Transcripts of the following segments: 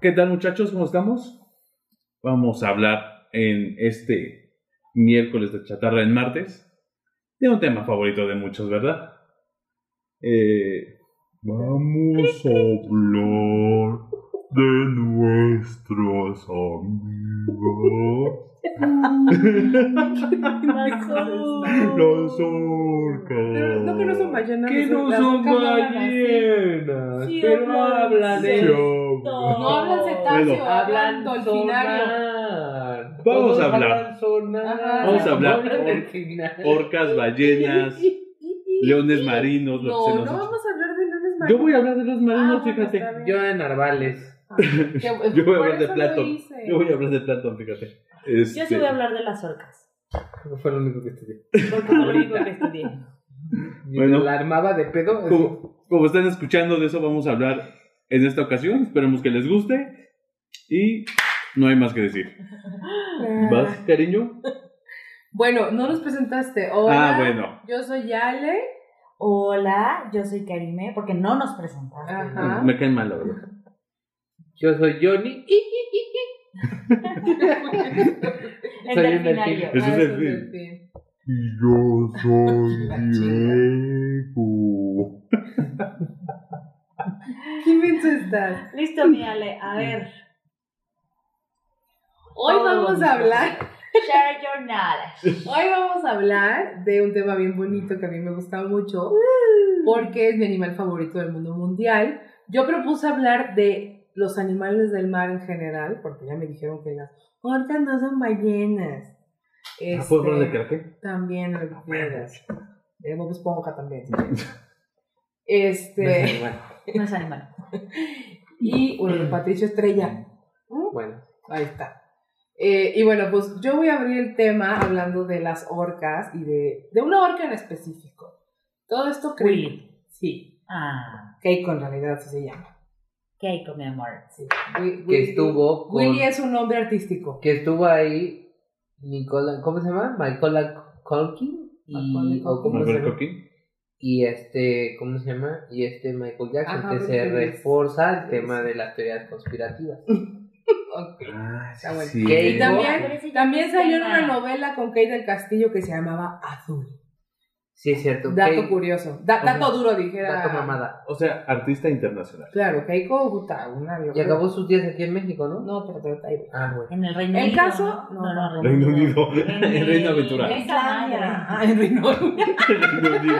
¿Qué tal muchachos? ¿Cómo estamos? Vamos a hablar en este miércoles de chatarra en martes de un tema favorito de muchos, ¿verdad? Eh, Vamos a hablar de nuestras amigas, las Pero orcas. no que no son ballenas. que no son ballenas, Sí, pero hermano, hablan sí. Se de... habla. No hablan cetáceo, Bueno. hablan dolfinario. sonar. Vamos Todos a hablar. hablan sonar. Ajá. Vamos a hablar. No hablan del final. Orcas, ballenas, leones marinos, lo que se No, no nos... vamos a hablar de leones Yo marinos. voy a hablar de los marinos, Ah, bueno, fíjate. está bien. Yo de Narvales. Que- Yo voy a Por hablar de eso lo Platón. hice. Yo voy a hablar de Platón, fíjate. Yo Este, sí voy a hablar de las orcas. No fue lo único que estudié. Porque es lo único que estudié. Ni Bueno. me la armaba de pedo. Este, como, como están escuchando, de eso vamos a hablar en esta ocasión. Esperemos que les guste. Y no hay más que decir. Ah. ¿Vas, cariño? Bueno, no nos presentaste. Hola, Ah, bueno. yo soy Ale. Hola, yo soy Karime, porque no nos presentaste. Ajá. Me caen mal, la verdad. Yo soy Johnny. El Soy un delfinario. delfín. Eso es Ah, el soy fin. delfín. Y yo soy La Diego. ¿Qué inmenso estás? Listo, mi Ale, a ver. Hoy Todo vamos bonito. a hablar. Share your knowledge. Hoy vamos a hablar de un tema bien bonito que a mí me gusta mucho. porque es mi animal favorito del mundo mundial. Yo propuse hablar de los animales del mar en general, porque ya me dijeron que las orcas no son ballenas. Ah, ¿Puedo hablar de Este, karate? también Eh, lo que quieras. De Bob Esponja pues, también. si quieres. Este, Bueno, No es animal. y bueno, Patricio Estrella. ¿Mm? bueno. Ahí está. Eh, y bueno, pues yo voy a abrir el tema hablando de las orcas y de, de una orca en específico. Todo esto creo. Willy. Sí, Ah, Keiko en realidad así se llama. Keiko, mi amor. Sí. Wi- Que Willy- estuvo con- Willy es un nombre artístico. que estuvo ahí Nicola, ¿cómo se llama? Michael Culkin y, Macaulay Culkin. o cómo se ¿Marvel llama? Coquín? y este, ¿cómo se llama? Y este Michael Jackson Ajá, que creo se que es. refuerza el Sí, tema sí. de las teorías conspirativas. Ah, Está bueno. sí. Y también- Pero ese ya También es salió en tema. Ah. una novela con Kate del Castillo que se llamaba Azul. Sí es cierto. Dato Kate, curioso. Da- Ajá. dato duro, dijera. dato mamada. O sea, artista internacional. Claro, Keiko puta, una Y locura. acabó sus días aquí en México, ¿no? No, pero te ahí voy. Ah, bueno. En el Reino ¿El Unido. caso? No, no, no, Reino Unido. El Reino Aventura. En esa madre. Ah, en Reino Unido. No digo.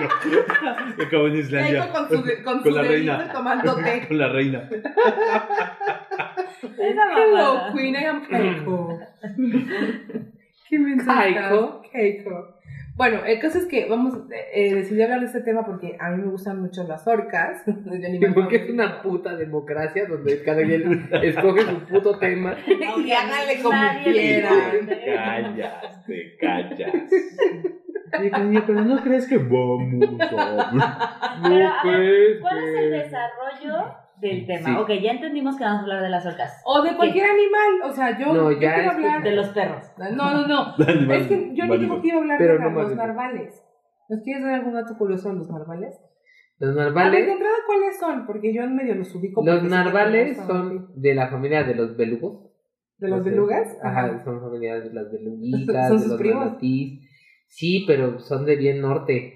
Acabó en Keiko Islandia. con su, de- con Con su la dedito reina. tomando té. Con la reina. Esa Hello, mamada. Queen, I Mm. am Keiko. Qué mensaje. Keiko. Keiko. Bueno, el caso es que vamos, eh, decidí hablar de este tema porque a mí me gustan mucho las orcas. Yo ni me Porque es acuerdo. una puta democracia donde cada quien escoge su puto tema. Y háganle como Nadie le quieran. Callaste, callas. Oye, cariño, pero no crees que vamos a hablar. Pero, a ver, crees ¿Cuál es que- el desarrollo del tema? Sí. Ok, ya entendimos que vamos a hablar de las orcas. O de cualquier animal, o sea, yo, No, yo ya quiero es hablar De los perros. No, no, no. Es que yo ni digo que iba a hablar Pero de no los válido. narvales. ¿Nos quieres dar algún dato curioso de los narvales? Los A ver, de narvales, entrada, ¿cuáles son? Porque yo en medio los ubico. los porque sé que narvales cuáles son de la familia de los belugos. ¿De los Ajá. belugas? Ajá, son familiares de las beluguitas, Son de sus los primos. manatís. Sí, pero son de bien norte.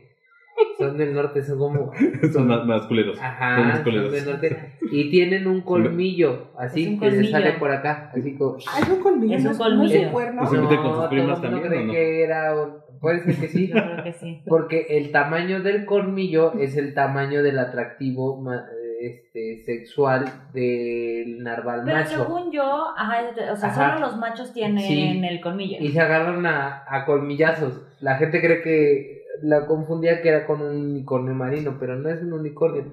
Son del norte, son como. Son más, más culeros. son Ajá, más son culeros. del norte. Y tienen un colmillo, así Es un que se colmillo. sale por acá. Así como. Ah, es un colmillo. Es un ¿no? colmillo. ¿No es un cuerno? ¿Y se meten con sus todo primas el mundo también, cree o no? que era. un- Puede ser que sí. Yo creo que sí. Porque el tamaño del colmillo es el tamaño del atractivo ma- este, sexual del narval Pero macho. según yo, ajá, o sea, Ajá. solo los machos tienen Sí. el colmillo. Y se agarran a, a colmillazos. La gente cree que la confundía que era con un unicornio marino, pero no es un unicornio.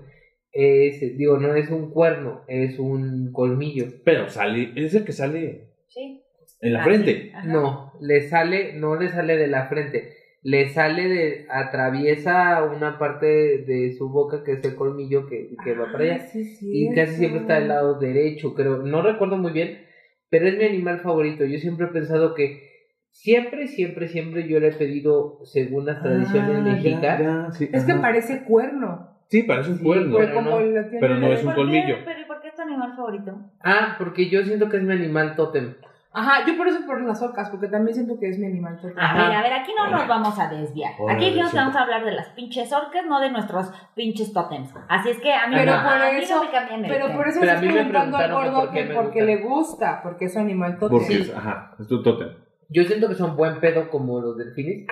Es, digo, no es un cuerno, es un colmillo. Pero sale, es el que sale Sí. en la Ah, frente. sí. Ajá. No, le sale, no le sale de la frente, le sale de, atraviesa una parte de, su boca que es el colmillo que, que va para allá. Ah, sí, sí. Y casi siempre está del lado derecho, creo. No recuerdo muy bien, pero es mi animal favorito. Yo siempre he pensado que siempre, siempre, siempre yo le he pedido, según las Ah, tradiciones mexicanas, sí, Es que ajá. parece cuerno. Sí, parece un Sí, cuerno. cuerno. Pero como no. pues, lo tiene- Pero no es un ¿Por qué? colmillo. ¿Pero por qué tu animal favorito? Ah, porque yo siento que es mi animal tótem. Ajá, yo por eso por las ocas, porque también siento que es mi animal totem. Ajá. A ver, a ver, aquí no nos vamos a desviar. Órale, Aquí dijimos sí. que vamos a hablar de las pinches orcas, no de nuestros pinches tótems. Así es que a mí Pero no- por a mí no eso- me cambian el Pero tema. por eso Pero le a mí estoy me preguntando al preguntaron que gordo por qué que me porque gusta. le gusta, porque es su animal totem. Porque es, ajá, es tu tótem. Yo siento que son buen pedo como los delfines.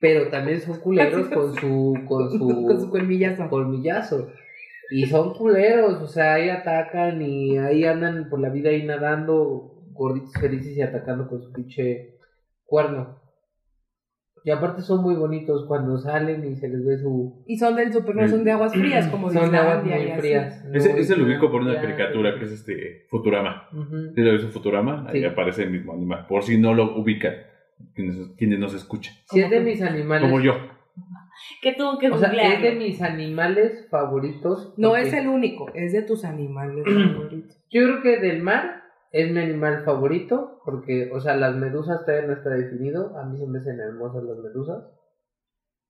Pero también son culeros con su, con Con su su colmillazo. colmillazo. Y son culeros, o sea, ahí atacan y ahí andan por la vida ahí nadando, gorditos felices y atacando con su pinche cuerno. Y aparte son muy bonitos cuando salen y se les ve su... Y son del super, no son de aguas frías, como Son de aguas Islandia y muy así. frías. Ese, muy ese lo ubico por una frías. caricatura que es este Futurama. Ujú. ¿Sí lo ves en Futurama? Ahí Sí. aparece el mismo animal. Por si no lo ubican, quienes, quienes nos escuchan. Sí, es de mis animales. Como yo. que tuvo que O sea, googlearlo. es de mis animales favoritos. No porque es el único, es de tus animales favoritos. Yo creo que del mar es mi animal favorito, porque, o sea, las medusas todavía no está definido. A mí se me hacen hermosas las medusas.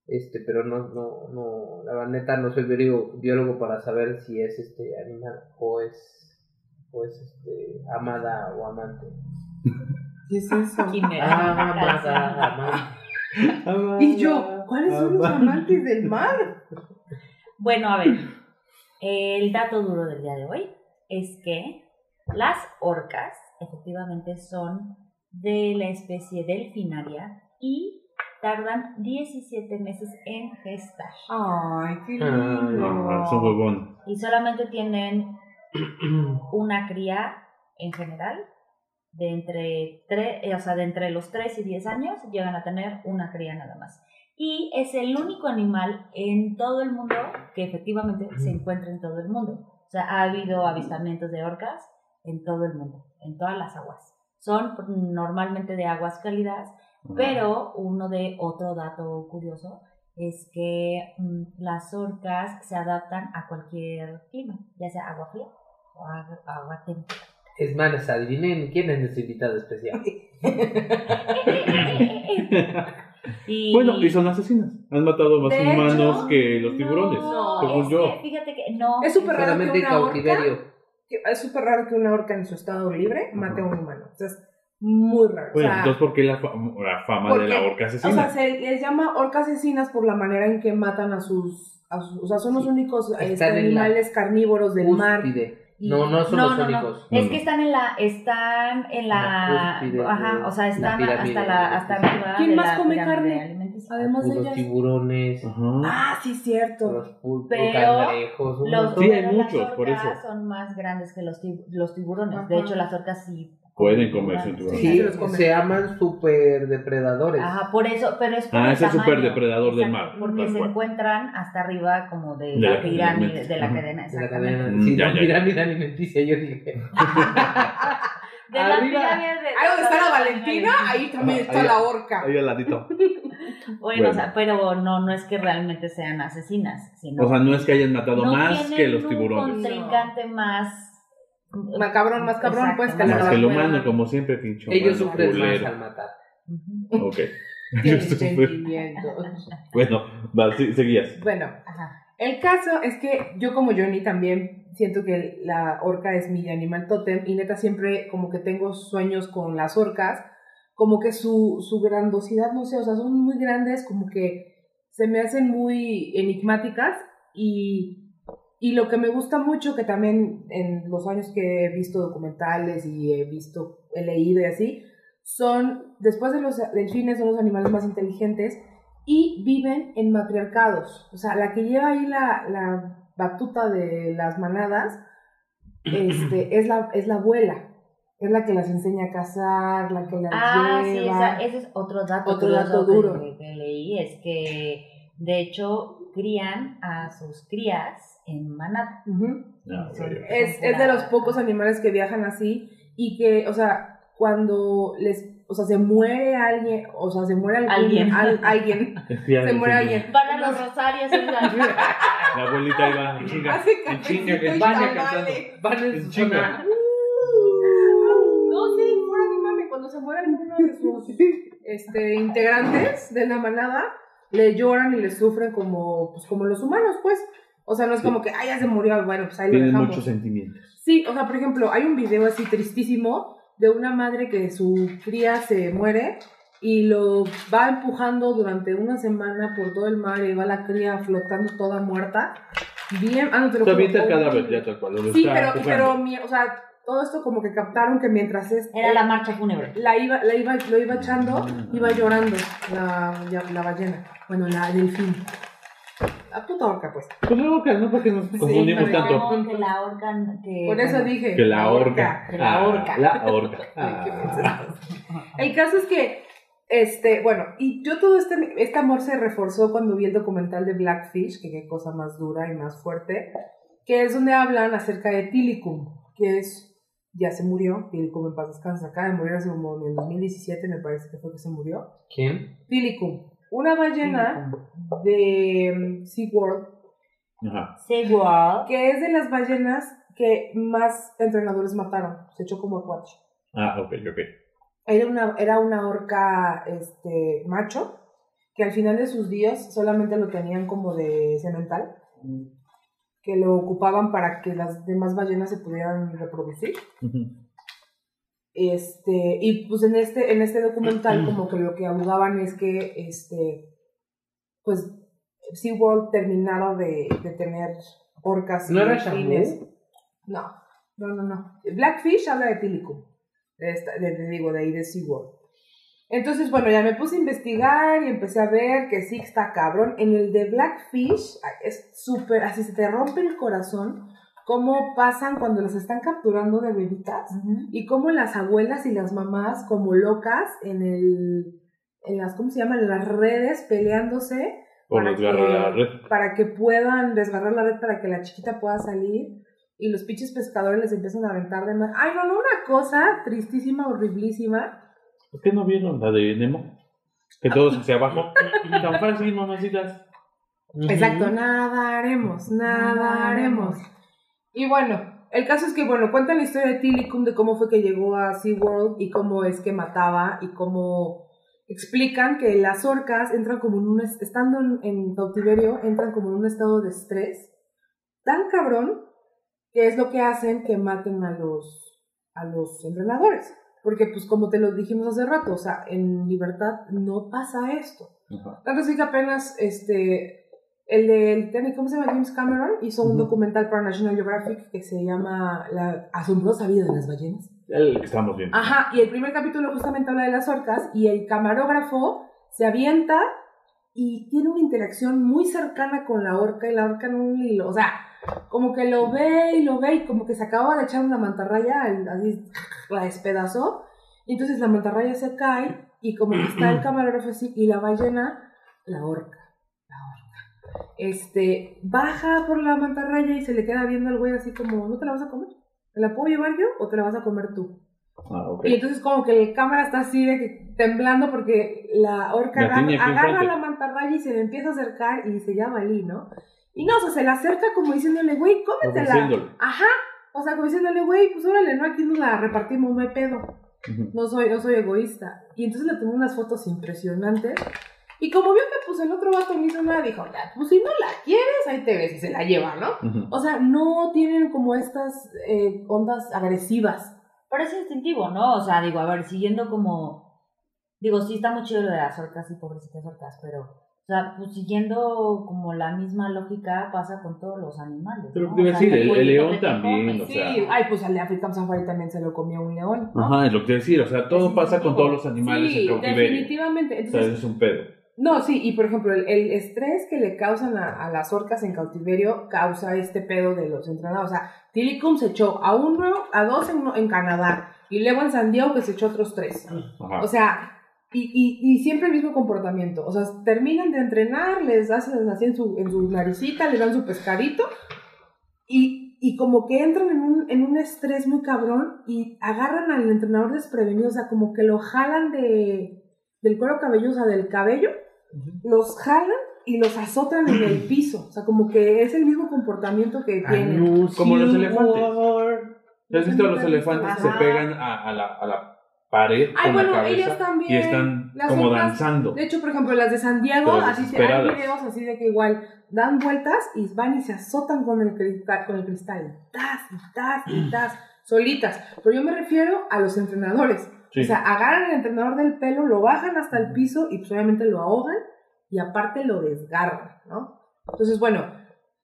Este, pero no, no, no, la verdad, neta, no soy biólogo, biólogo para saber si es este animal o es, o es este, amada o amante. ¿Qué es eso? Quimera. Ah, amada, amante. Y yo, ¿cuáles son los Ah, amantes del mar? Bueno, a ver. El dato duro del día de hoy es que las orcas efectivamente son de la especie delfinaria y tardan 17 meses en gestar. Ay, qué Ay, Ah, lindo. son huevón. Y solamente tienen una cría en general de entre, tre- eh, o sea, de entre los 3 y 10 años llegan a tener una cría nada más. Y es el único animal en todo el mundo que efectivamente se encuentra en todo el mundo. O sea, ha habido avistamientos de orcas en todo el mundo, en todas las aguas. Son normalmente de aguas cálidas, pero uno de otro dato curioso es que mm, las orcas se adaptan a cualquier clima, ya sea agua fría o agua, agua templada. Es más, adivinen quién es nuestro invitado especial. Y- Bueno, y son asesinas. Han matado más De humanos hecho, que los no, tiburones. según es yo. que fíjate que no. Es súper raro que Solamente una orca, cautiverio. que- es súper raro que una orca en su estado libre mate a un humano. O sea, es muy raro. Bueno, o sea, entonces, ¿por qué la, fama- la fama ¿por de la qué? orca o asesina? sea, se les llama orcas asesinas por la manera en que matan a sus, a sus- o sea, son los Sí. únicos este, Están en la animales carnívoros del mar. Cúspide. Y- No, no son los no, no. únicos. Es No, que no. están en la, están en la, La cúspide ajá, de o sea, la están pirámide hasta de- la, hasta arriba ¿Quién de más la come pirámide carne? alimenticia. Además de Los ellas. tiburones, Ajá. Ah, sí, cierto. los pulpos, Pero cangrejos, un Los montón. Sí, hay pero las muchos, por orcas eso. son más grandes que los, tib- los tiburones. De Ajá. hecho, las orcas sí. Pueden comerse un tiburón. Sí, Sí, se los comen. se aman super depredadores. Ajá, por eso, pero es por Ah, el ese es tamaño. súper depredador del Exacto, mar, Porque tal se cual. encuentran hasta arriba como de, De la la pirámide, cadena de la alimenticia. cadena, De la exactamente. cadena, Mm, sí, ya, ya, la ya. pirámide alimenticia, yo dije. De la Arriba. pirámide de- Ahí donde está la Valentina, ahí también Ajá, está ahí- la orca. Ahí al ladito. Bueno, Bueno. o sea, pero no, no es que realmente sean asesinas, sino O sea, no es que hayan matado no más tienen que los un tiburones. contrincante más Más cabrón, más cabrón, Exacto, pues, que más la Más que el Bueno. humano, como siempre, pincho. Ellos humano sufren más culero. al matar. Ujú, Ok. Tiene Ellos sufren. sentimientos. Bueno, va, sí, seguías. Bueno, Ajá. El caso es que yo como Johnny también siento que la orca es mi animal totem y neta siempre como que tengo sueños con las orcas, como que su, su grandosidad, no sé, o sea, son muy grandes, como que se me hacen muy enigmáticas y, y lo que me gusta mucho que también en los años que he visto documentales y he visto, he leído y así, son, después de los delfines, son los animales más inteligentes y viven en matriarcados. O sea, la que lleva ahí la, la batuta de las manadas este, es, la, es la abuela. Es la que las enseña a cazar, la que las Ah, lleva. sí, o sea, ese es otro dato, Otro curioso dato que- duro. Que, leí, es que de hecho crían a sus crías en manada. Ujú. No, Sí. güey. es, es de los pocos animales que viajan así y que, o sea, cuando les, o sea, se muere alguien, o sea, se muere algún- Alguien. al- alguien Es que ya se no muere sé, alguien. Van a los rosarios y la- La abuelita Ah, iba en chinga. Hace En chinga, que cafecito y vaya tamales. cantando. Van en En su chinga. zona. Uh. No, sí, fuera de mame, cuando se muere alguno de sus este, integrantes de la manada, le lloran y le sufren como, pues, como los humanos, pues. O sea, no es como que, ay, ya se murió, bueno, pues ahí lo Tienen dejamos. muchos sentimientos. Sí, o sea, por ejemplo, hay un video así tristísimo de una madre que su cría se muere y lo va empujando durante una semana por todo el mar y va la cría flotando toda muerta. Bien, ah, no te lo Se juro, avienta el horrible. cadáver, ya tal cual. lo Sí, está pero, empujando. pero mi- o sea, todo esto como que captaron que mientras es- Era la marcha fúnebre. la iba, la iba, lo iba echando, iba llorando la, ya- la ballena. Bueno, la delfín. La puta orca, pues. Pues luego que no, porque nos confundimos no, tanto. No, que la horcan, que... Por eso dije. Que la horca. que la Ah, horca. La horca. Ay, qué Ah. mensaje. El caso es que, este, bueno, y yo todo este, este amor se reforzó cuando vi el documental de Blackfish, que qué cosa más dura y más fuerte, que es donde hablan acerca de Tilicum, que es, ya se murió, Tilicum en paz descansa, acaba de morir hace como en el 2017, me parece que fue que se murió. ¿Quién? Tilicum, una ballena de mm, SeaWorld, Ajá. Seguro. que es de las ballenas que más entrenadores mataron, se echó como a cuatro. Ah, ok, ok. era una, era una orca este, macho, que al final de sus días solamente lo tenían como de semental, que lo ocupaban para que las demás ballenas se pudieran reproducir. Ujú. Este, y pues en este, en este documental como que lo que abogaban es que este, pues SeaWorld terminara de, de tener orcas y ¿No era delfines. Shamu? No, no, no, no. Blackfish habla de Tílico. De esta- de- de- digo, de ahí de SeaWorld. Entonces, bueno, ya me puse a investigar y empecé a ver que sí que está cabrón. En el de Blackfish ay, es súper, así se te rompe el corazón cómo pasan cuando las están capturando de bebitas y cómo las abuelas y las mamás como locas en el, en las, ¿cómo se llaman? En las redes peleándose Por Para desgarrar que- la red. para que puedan desgarrar la red para que la chiquita pueda salir y los pinches pescadores les empiezan a aventar de más. Ay, no, no, una cosa tristísima, horriblísima. ¿Por qué no vieron la de Nemo? Que todos hacia abajo. Tan fácil, mamacitas. Exacto, nada haremos, nada haremos. Y bueno, el caso es que, bueno, cuentan la historia de Tilicum, de cómo fue que llegó a SeaWorld y cómo es que mataba y cómo explican que las orcas entran como en un, es- estando en, en cautiverio, entran como en un estado de estrés tan cabrón que es lo que hacen que maten a los, a los entrenadores. Porque, pues, como te lo dijimos hace rato, o sea, en libertad no pasa esto. Ajá. Tanto así que apenas este el del Titanic, ¿cómo se llama? James Cameron hizo un Ujú. documental para National Geographic que se llama La asombrosa vida de las ballenas. El que estamos viendo. Ajá, y el primer capítulo justamente habla de las orcas y el camarógrafo se avienta y tiene una interacción muy cercana con la orca y la orca en un hilo, o sea, como que lo ve y lo ve y como que se acaba de echar una mantarraya, al- así la despedazó, y entonces la mantarraya se cae y como que está el camarógrafo así y la ballena, la orca, la orca, este, baja por la mantarraya y se le queda viendo al güey así como, ¿no te la vas a comer? ¿Te la puedo llevar yo o te la vas a comer tú? Ah, ok. Y entonces como que la cámara está así de que temblando porque la orca La agarra, tiene aquí agarra enfrente. la mantarraya y se le empieza a acercar y dice, ya valí, ¿no? Y no, o sea, se le acerca como diciéndole, güey, cómetela. Ofreciéndole. Ajá. O sea, como diciéndole, güey, pues órale, no, aquí nos la repartimos, no hay pedo. Ujú. No soy, no soy egoísta. Y entonces le tomó unas fotos impresionantes. Y como vio que pues el otro vato no hizo nada, dijo, ya, pues si no la quieres, ahí te ves y se la lleva, ¿no? Ujú. O sea, no tienen como estas eh, ondas agresivas. Pero es instintivo, ¿no? O sea, digo, a ver, siguiendo como. Digo, sí está muy chido lo de las orcas y pobrecitas orcas, pero. O sea, pues siguiendo como la misma lógica pasa con todos los animales. Pero ¿no? te iba O a sea, decir, que el- el pollito león que te también, comes. o Sí, sea- ay, pues al de African Safari también se lo comió un león, ¿no? Ajá, es lo que te iba a decir. O sea, todo Es pasa con instintivo. todos los animales sí, en cautiverio. definitivamente. O sea, eso Entonces, es un pedo. no, sí, y por ejemplo, el, el estrés que le causan a, a las orcas en cautiverio causa este pedo de los entrenados. O sea, Tilicum se echó a uno, a dos en, en Canadá, y luego en San Diego que se echó otros tres. Ajá. O sea, y, y- y siempre el mismo comportamiento. O sea, terminan de entrenar, les hacen así en su, en su naricita, les dan su pescadito y, y como que entran en un, en un estrés muy cabrón y agarran al entrenador desprevenido, o sea, como que lo jalan de, del cuero cabelludo, o sea, del cabello, los jalan y los azotan en el piso. O sea, como que es el mismo comportamiento que tienen. Como los elefantes. ¿Te has Los visto a los elefantes. elefantes que Ajá. se pegan a, a la, a la pared Ay, con bueno, la cabeza ellas también. y están Las como otras- danzando? De hecho, por ejemplo, las de San Diego, Todas así se, hay desesperadas. videos así de que igual dan vueltas y van y se azotan con el cristal, con el cristal. Tas, y tas, y tas, solitas. Pero yo me refiero a los entrenadores. Sí. O sea, agarran al entrenador del pelo, lo bajan hasta el piso y pues obviamente lo ahogan y aparte lo desgarran, ¿no? Entonces, bueno,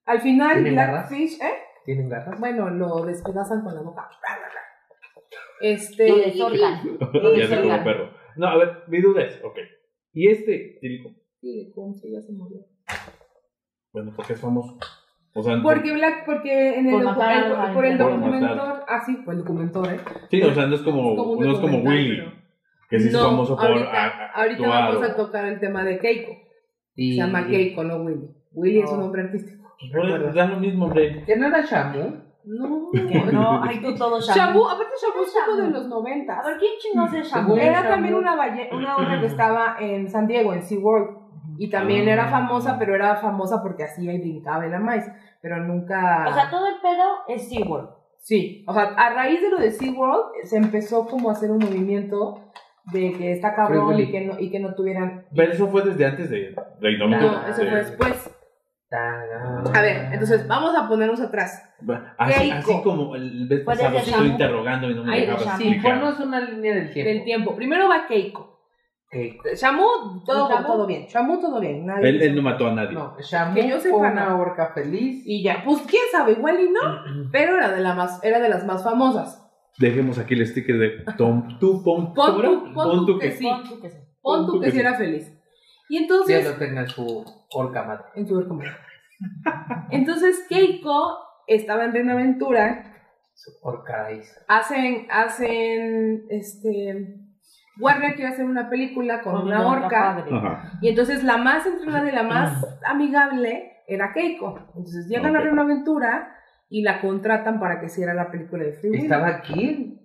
al final ¿Tienen garras? Blackfish, ¿eh? ¿Tienen garras? Bueno, lo despedazan con la boca. Lo Este, desorgan. ya sé como perro. No, a ver, mi duda es, ok. Y este típico, ¿cómo se llama? Se murió. bueno, porque es famoso. O sea, Porque Black, porque en el, Por docu- matar a los por- por el animales. Por documentor, ah sí, por el documentor, ¿eh? sí, o sea, no es como, como un no es como documental, Willy, pero- que sí es No, famoso por ah, ahorita, a- a- ahorita actuar vamos a o- tocar el tema de Keiko. Y... Se llama Keiko, no Willy. Willy es un No. hombre artístico. Pues, Da lo mismo, hombre. ¿Que no era Shamu? No. Que no, ay, tú todo Shabu. Shabu, aparte Shabu es Shabu. como de los A 90. ver, ¿quién chingos es Shabu? Era también una, balle- una obra que estaba en San Diego, en SeaWorld. Y también Ah. era famosa, pero era famosa porque hacía y brincaba en la maíz. Pero nunca... O sea, todo el pedo es SeaWorld. Sí, o sea, a raíz de lo de SeaWorld eh, se empezó como a hacer un movimiento de que está cabrón Free y que, no, y que no tuvieran... Pero eso fue desde antes de de Indominus. No, eso fue después. Tarán. A ver, entonces vamos a ponernos atrás. Así, Keiko. así como el vez Pues pasado desde estoy Shamu. interrogando y no me Ay, dejabas Shamu. explicar. Ponnos una línea del tiempo. Del tiempo. Primero va Keiko. Keiko. Shamu, todo, ¿Shamu? todo bien. Shamu, todo bien. Nadie Él, él no mató a nadie. No, Shamu Que yo fue sepa, una no. orca feliz. Y ya, pues quién sabe, igual y no. Pero era de, la más, era de las más famosas. Dejemos aquí el sticker de Tom, tú pon, Pon ¿cómo era? tú- pon tú que sí. Pon tú que sí. Pon tú que si era feliz. Y entonces... Ya no tenga su orca madre. en su vergüenza. Entonces Keiko estaba en Renaventura Su orca raíz. hacen, hacen, este, Warner quiere hacer una película con una orca, padre. Ajá. y entonces la más entrenada y la más amigable era Keiko. Entonces llegan Ok. a Reino Aventura y la contratan para que hiciera la película de Free Willy. ¿Estaba aquí?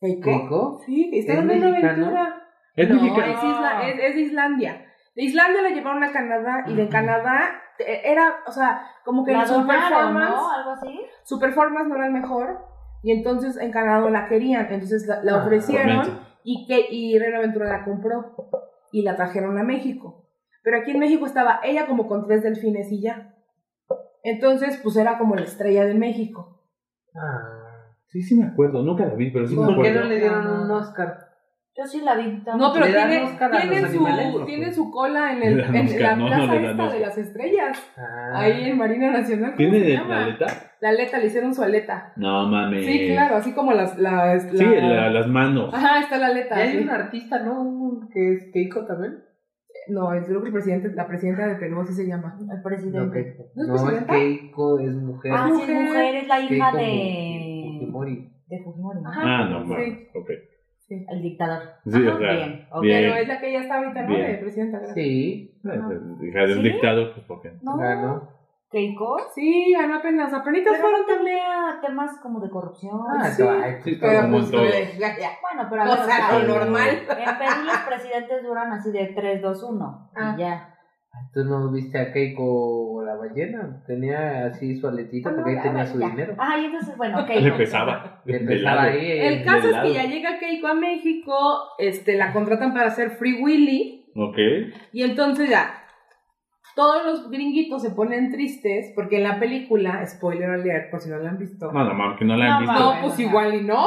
Keiko? Keiko. Sí, estaba ¿Es en Reino mexicana? Aventura. Es no, mexicano. Es, isla- es- es de Islandia. De Islandia la llevaron a Canadá y de Ujú. Canadá eh, era, o sea, como que La su donaron, performance ¿no? Algo así. su performance no era el mejor y entonces en Canadá no la querían, entonces la, la Ah, ofrecieron obviamente. y, que, y Reino Aventura la compró y la trajeron a México. Pero aquí en México estaba ella como con tres delfines y ya. Entonces, pues era como la estrella de México. Ah. Sí, sí me acuerdo. Nunca la vi, pero Pues sí me ¿Por qué acuerdo. no le dieron un Oscar? Yo sí la vi. también. No, pero ¿Le dan tiene, Oscar a tiene los animales, su, no? tiene su cola en, Le el, dan en Oscar, la no, plaza no le dan esta de Oscar. las estrellas. Ah. Ahí en Marina Nacional. ¿cómo se ¿Tiene llama? la aleta? La aleta, le hicieron su aleta. No mames. Sí, claro, así como las... las Sí, la- la- las manos. Ajá, está la Y aleta. hay sí. un artista, ¿no? Que es Keiko también. No, es- creo que el presidente, la presidenta de Perú así se llama. El No, presidente. Keiko. ¿No es No, es presidenta? Keiko, es mujer. Ah, sí, es Mujer. mujer, es la hija Keiko de. Fujimori. de Fujimori. ¿no? Ajá. Ah, no mames. Sí. Ah, Ok. El dictador. Sí, Ajá, o sea, Bien, ok. bien. Pero es la que ya está ahorita, ¿no? Bien. De presidenta. ¿verdad? Sí, Eh, Hija de un ¿Sí? dictador, pues ¿por qué? No, ganó. Keiko. Sí, ganó apenas. Apenitas Pero fueron no pelea temas como de corrupción. Ah, sí. ay, Sí, pues, como en todo. Bueno, pero a ver, O sea, lo en- normal. En Perú los presidentes duran así de 3, 2, 1. Ah. Y ya. ¿Tú no viste a Keiko la ballena? Tenía así su aletita porque ahí Ah, tenía ya. su dinero. Ah, y entonces, bueno, Keiko. Le pesaba. Y de empezaba lado. ahí. El eh, caso del es lado. que ya llega Keiko a México, este, la contratan para hacer Free Willy, Ok. y entonces ya. Todos los gringuitos se ponen tristes porque en la película, spoiler alert, por si no la han visto. No, no mames, que no la han No visto. No, mames. pues igual y no.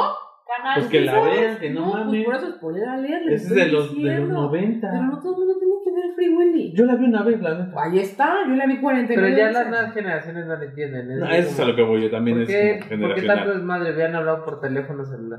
Canal Pues que la Vivo. vean, Ah, que no, pues mames. por eso spoiler alert. les Ese es estoy de los, de los diciendo. 90. Pero no todo el mundo tiene que ver Free Willy. Yo la vi una vez, la neta. Ahí está, yo la vi 49 Pero ya las veces. nuevas generaciones no la entienden. No, eso es a lo que voy yo también, es ¿Por como qué, ¿Por qué tanto generacional. desmadre? Habían hablado por teléfono celular.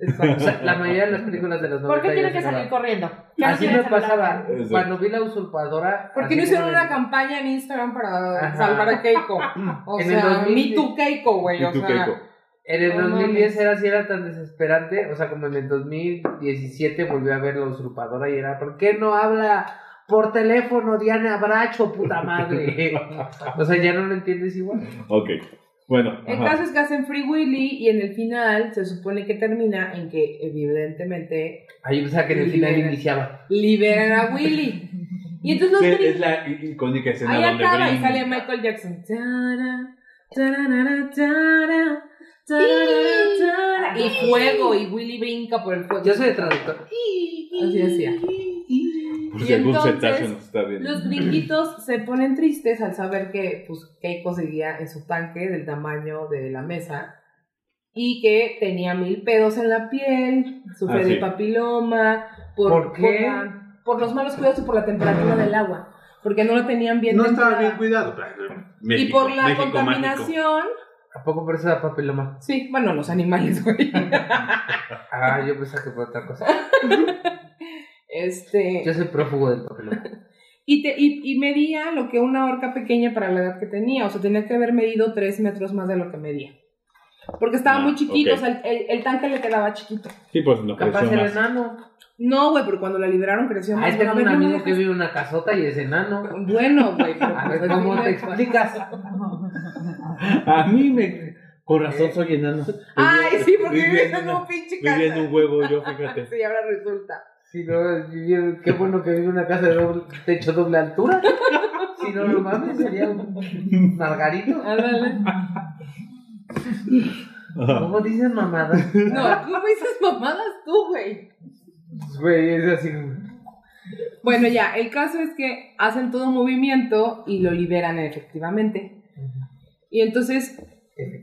Exacto. O sea, la mayoría de las películas de los 90 ¿Por qué tiene ya que se salir hablaban. corriendo? Así me pasaba. Exacto. Cuando vi la usurpadora. ¿Por qué no así hicieron como una en- campaña en Instagram para Ajá. salvar a Keiko? O En el sea, 2000. Me Too Keiko, güey. ¿Y O tú, sea, Keiko? En el No 2010 mames. era así, era tan desesperante. O sea, como en el 2017 volví a ver la usurpadora y era, ¿por qué no habla por teléfono Diana Bracho, puta madre? o sea, ya no lo entiendes igual. Ok. Bueno, el ajá. caso es que hacen Free Willy y en el final se supone que termina en que evidentemente Ahí pensaba que en el final iniciaba. liberan a Willy. Y entonces los Sí, gringos- es la i- icónica escena Ahí donde acaba y brinca. sale Michael Jackson. Tara, tararara, tara, tararara, tara. Y fuego, y Willy brinca por el fuego. Yo soy de traductor. Así decía. Si algún entonces, cetáceo nos está viendo. Los gringuitos se ponen tristes al saber que pues, Keiko seguía en su tanque del tamaño de la mesa y que tenía mil pedos en la piel, sufre Ah, de sí. papiloma, por, ¿Por qué? Por, la- por los malos cuidados y por la temperatura del agua, porque no lo tenían bien No estaba templada. bien cuidado. Y México, por la México mágico. contaminación, ¿A poco por eso da papiloma? sí, bueno, los animales, güey. Ah, yo pensaba que fue otra cosa. Este, Yo soy prófugo del papiloma. Y, te- y, y medía lo que una orca pequeña para la edad que tenía. O sea, tenía que haber medido tres metros más de lo que medía. Porque estaba Ah, muy chiquito, ok. o sea, el, el- el tanque le quedaba chiquito. Sí, pues no Capaz creció era más. enano. No, güey, pero cuando la liberaron creció más. Ahí tengo Bueno, Ah, a ver, un no amigo me que dejas- vive en una casota y es enano. Bueno, güey, pero A pues, ver al cómo final- te explicas. A mí me. Con razón soy enano. Ay, sí, porque Vivía vives en en una- un pinche casa. Vivía en un huevo yo, fíjate. Sí, ahora resulta. Si no, viviera- qué bueno que vive en una casa de doble, techo doble altura. Si no, lo mames, sería un margarito. Ándale. Ajá. ¿Cómo dices mamada? No, tú me dices mamadas tú, güey. Pues, Güey, es así. Bueno, ya, el caso es que hacen todo un movimiento y lo liberan efectivamente. Y entonces,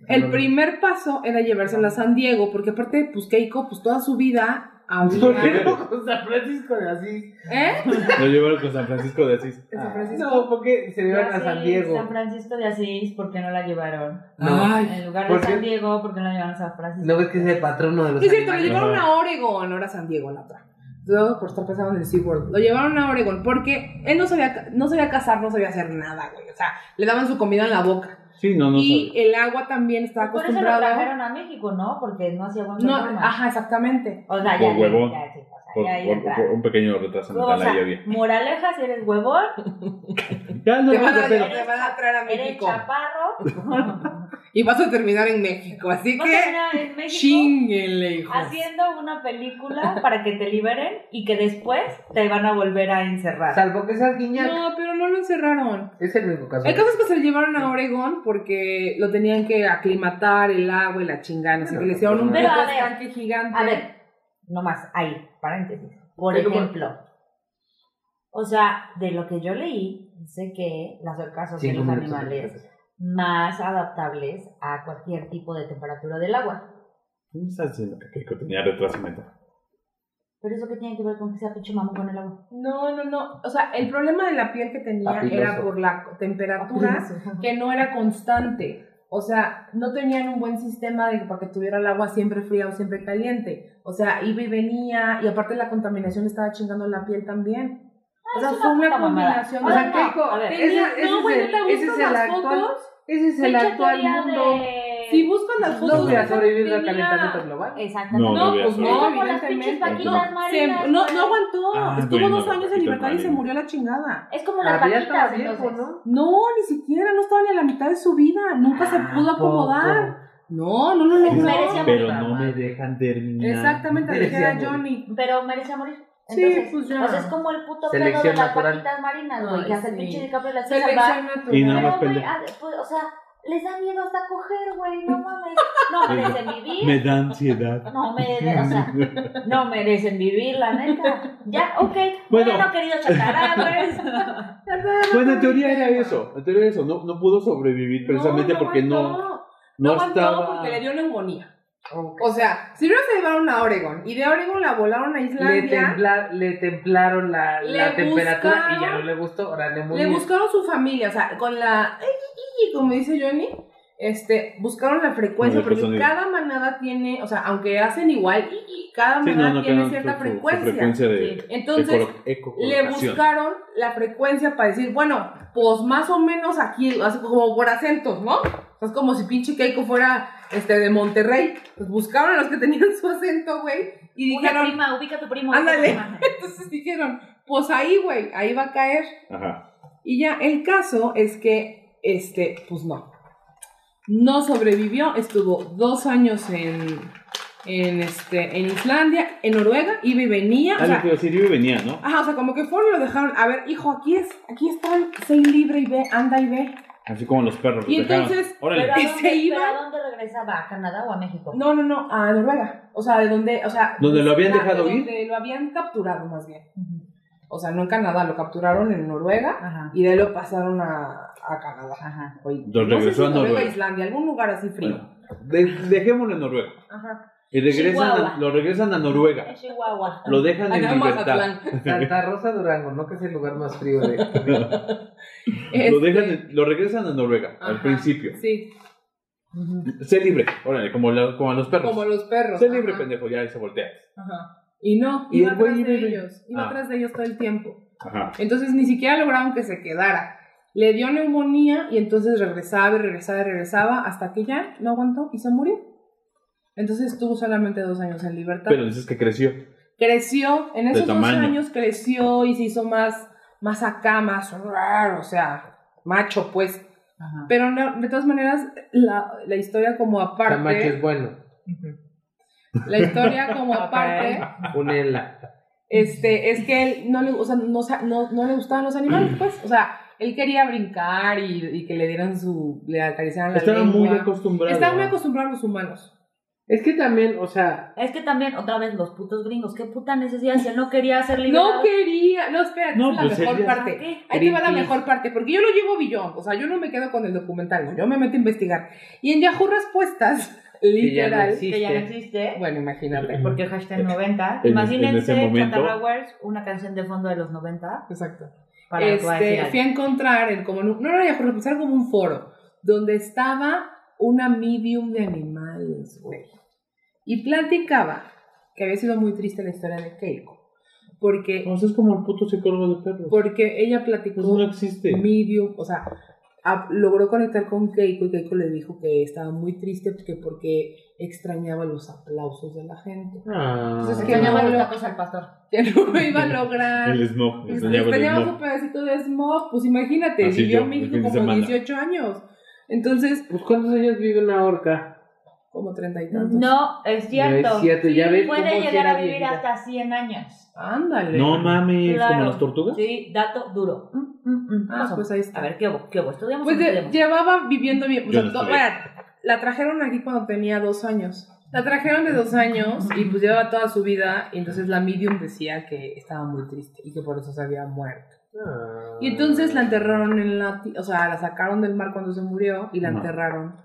el primer paso era llevárselo a San Diego, porque aparte, pues Keiko, pues toda su vida ¿Por qué había... no con San Francisco de Asís? Ah, ¿Eh? Lo llevaron con San Francisco de Asís. ¿En San Francisco? No, porque se llevan Ya a San sé, San Diego. Francisco de Asís, ¿por qué no la llevaron? No. Ay. En lugar ¿por de qué? San Diego, ¿por qué no la llevaron a San Francisco? ¿No ves que es el patrono de los Sí, es cierto, lo animales? llevaron Ajá. a Oregon, ahora San Diego, la otra. Yo, por estar pensando en el SeaWorld. Lo llevaron a Oregon porque él no sabía, ca- no sabía cazar, no sabía hacer nada, güey. O sea, le daban su comida en la boca. Sí, no, no y sabía. el agua también estaba Por eso lo acostumbrada. trajeron a México, ¿no? Porque no hacía buen no, ah, clima. ajá, exactamente. O sea, Por ya, huevón. ya, sí, o sea, Por, ya ahí por- entra. por un pequeño retraso o mental sea, ahí había. moraleja, si eres huevón, Ya no Te vas van a, a hacer- te van a traer a eres México. chaparro, no Y vas a terminar en México. Así te que, verás en México chinguenle, hijo. haciendo una película para que te liberen y que después te van a volver a encerrar. Salvo que sea Guiñac. No, pero no lo encerraron. Es el único caso. El caso es que se lo llevaron a Oregón porque lo tenían que aclimatar el agua y la chingada. Así que le hicieron un Pero a puto ver, estanque gigante. A ver, nomás, ahí, paréntesis. Por Pero bueno. ejemplo, o sea, de lo que yo leí, dice que las orcas son de Cinco los minutos de animales retraso. más adaptables a cualquier tipo de temperatura del agua. ¿Qué me estás diciendo que Keiko tenía retraso mental? Pero eso que tiene que ver con que sea pinche mamón con el agua. No, no, no. O sea, el problema de la piel que tenía Papiloso. era por la temperatura que no era constante. O sea, no tenían un buen sistema de para que tuviera el agua siempre fría o siempre caliente. O sea, iba y venía. Y aparte la contaminación estaba chingando la piel también. O sea, es fue una una puta mamada. combinación. O O sea, sea, Keiko, Keiko, a ver, tenía- ese- ese no, güey, es ¿no el- te ese buscas es el las actual- fotos? Ese es el Pinche actual teoría mundo. de- Si buscan las fotos... No voy a o sea, sobrevivir al tenía- calentamiento global. Exactamente. No, no había pues sobrevivir. Es no, como las pinches evidentemente. vaquitas No, marinas. se- no, no aguantó. Ah, Estuvo bueno, dos las años en vaquitas libertad y se marinas. murió la chingada. Es como las Ah, pero ya vaquitas, estaba viejo, entonces. ¿no? No, ni siquiera, no estaba ni a la mitad de su vida. Nunca se Ah, pudo acomodar. No, no lo Sí, logró. merecía Pero morir. no me dejan terminar. Exactamente, le Merecía queda Johnny. Pero merecía morir. Sí, Entonces, pues o sea, es ya. como el puto pedo de Selección las natural. vaquitas marinas, güey, Ay, que hasta el sí. pinche DiCaprio las hizo salvar. Selección Y nada natural. más Pero, güey, pendejo. ah, pues, o sea, les da miedo hasta coger, güey, no mames. No merecen vivir. Me da ansiedad. No merecen, o sea, no merecen vivir, la neta. Ya, ok. Bueno, Bueno. querido chatarra, güey. Bueno, Pues, en teoría era eso. En teoría era eso. No, no pudo sobrevivir precisamente No, no porque no, aguantó. No no, aguantó estaba. porque le dio neumonía. Ok. O sea, si no se llevaron a Oregon y de Oregon la volaron a Le, Islandia, templa- le templaron la, Le la temperatura y ya buscaron- no le gustó. Ahora le le buscaron su familia, o sea, con la como dice Johnny, este, buscaron la frecuencia, Con el porque sonido. cada manada tiene, o sea, aunque hacen igual, cada Sí, manada no, no, tiene claro, cierta su- su- su frecuencia. frecuencia de Entonces, ecolo- ecolocación. le buscaron la frecuencia para decir, bueno, pues más o menos aquí, así como por acentos, ¿no? Es como si pinche Keiko fuera este de Monterrey. Pues buscaron a los que tenían su acento, güey, y Una dijeron, prima, ubica a tu primo. ubica a tu Ándale. prima. entonces dijeron, pues ahí, güey, ahí va a caer. Ajá. Y ya, el caso es que, este, pues no. No sobrevivió, estuvo dos años en, en, este, en Islandia, en Noruega, iba y venía. Ah, o sea, lo que iba a decir, yo venía, ¿no? Ajá, o sea, como que fueron y lo dejaron. A ver, hijo, aquí es, aquí están, sé libre y ve, anda y ve. Así como los perros. Y los dejaron. entonces, Órale. Pero ¿a Y dónde, se pero iba. ¿a dónde regresaba? ¿A Canadá o a México? No, no, no, a Noruega. O sea, de donde, o sea. ¿Donde lo habían de- dejado de ir? Donde lo habían capturado, más bien. Ujú. O sea, no en Canadá, lo capturaron en Noruega Ajá. y de ahí lo pasaron a, a Canadá. Ajá. Oye, Lo no sé si regresó a Noruega, Noruega. Islandia, algún lugar así frío. Bueno, de- dejémoslo en Noruega. Ajá. Y regresan Chihuahua. a- lo regresan a Noruega. En Chihuahua. Lo dejan en Acá en libertad. Mazatlán. Santa Rosa Durango, ¿no? Que es el lugar más frío de... Lo, dejan Este, en- lo regresan a Noruega al Ajá. principio. Sí, Ujú. Sé libre. Órale, como, la- como a los perros. como los perros. Sé libre, ajá. pendejo. Ya y se voltea. Ajá. Y no, Y iba el güey atrás de iba y- ellos. Iba Ah. atrás de ellos todo el tiempo. Ajá. Entonces ni siquiera lograron que se quedara. Le dio neumonía y entonces regresaba y regresaba y regresaba hasta que ya no aguantó y se murió. Entonces estuvo solamente dos años en libertad. Pero dices que creció. creció, en esos dos tamaño. años creció y se hizo más, más acá, más raro, o sea, macho pues. Ajá. Pero no, de todas maneras, la, la historia como Camacho es aparte, bueno. la historia como Ok. aparte, Únela. este, es que él no le, o sea, no, sa- no- no le gustaban los animales, pues, o sea, él quería brincar y, y que le dieran su, le acariciaran la Estaba muy lengua. acostumbrado. Estaba muy acostumbrado a los humanos. Es que también, o sea, Es que también, otra vez, los putos gringos, qué puta necesidad, si él no quería ser liberado. No quería, no, espera, No, es la pues mejor sería- parte. ¿Qué? Ahí te va la Greenpeace. mejor parte, porque yo lo llevo billón, o sea, yo no me quedo con el documental, no, yo me meto a investigar. Y en Yahoo Respuestas, que ya no literal, Que ya no existe. existe. bueno, imagínate. Porque el hashtag 90. en Imagínense, ese momento- Chatarra Wars, una canción de fondo de los 90. Exacto. Para actuar Este, así. fui a encontrar, en como, en un- no era Yahoo Respuestas, era como un foro, donde estaba una medium de animales, güey. Y platicaba que había sido muy triste la historia de Keiko, porque, O sea, es como el puto psicólogo de perros. porque ella Eso platicó Pues no existe. medium, o sea, a- logró conectar con Keiko y Keiko le dijo que estaba muy triste porque, porque extrañaba los aplausos de la gente. Ah. Entonces, Que que llama no los lo- tacos al pastor. que no lo iba a lograr. El smog. Enseñaba el Extrañaba su smog. pedacito de smog, pues imagínate, Así vivió yo, en el México fin de como semana. 18 años. Entonces, Pues cuántos años vive una orca. como 30 y tantos. No, es cierto. No es cierto, ya ves cómo Puede sí llegar era a vivir viejita. hasta 100 años. Ándale. No mames, como Claro. las tortugas. Sí, dato duro. Mm, mm, mm. Ah, Vamos a- pues ahí está. A ver, ¿qué hubo? ¿Qué hubo? ¿Estudiamos Pues o de- no estudiamos? llevaba viviendo bien. O Yo sea, no to- estudié. vean, la trajeron aquí cuando tenía dos años. La trajeron de dos años y pues llevaba toda su vida. Y entonces la medium decía que estaba muy triste y que por eso se había muerto. Ah. Y entonces la enterraron en la. ti- O sea, la sacaron del mar cuando se murió y la Ajá. enterraron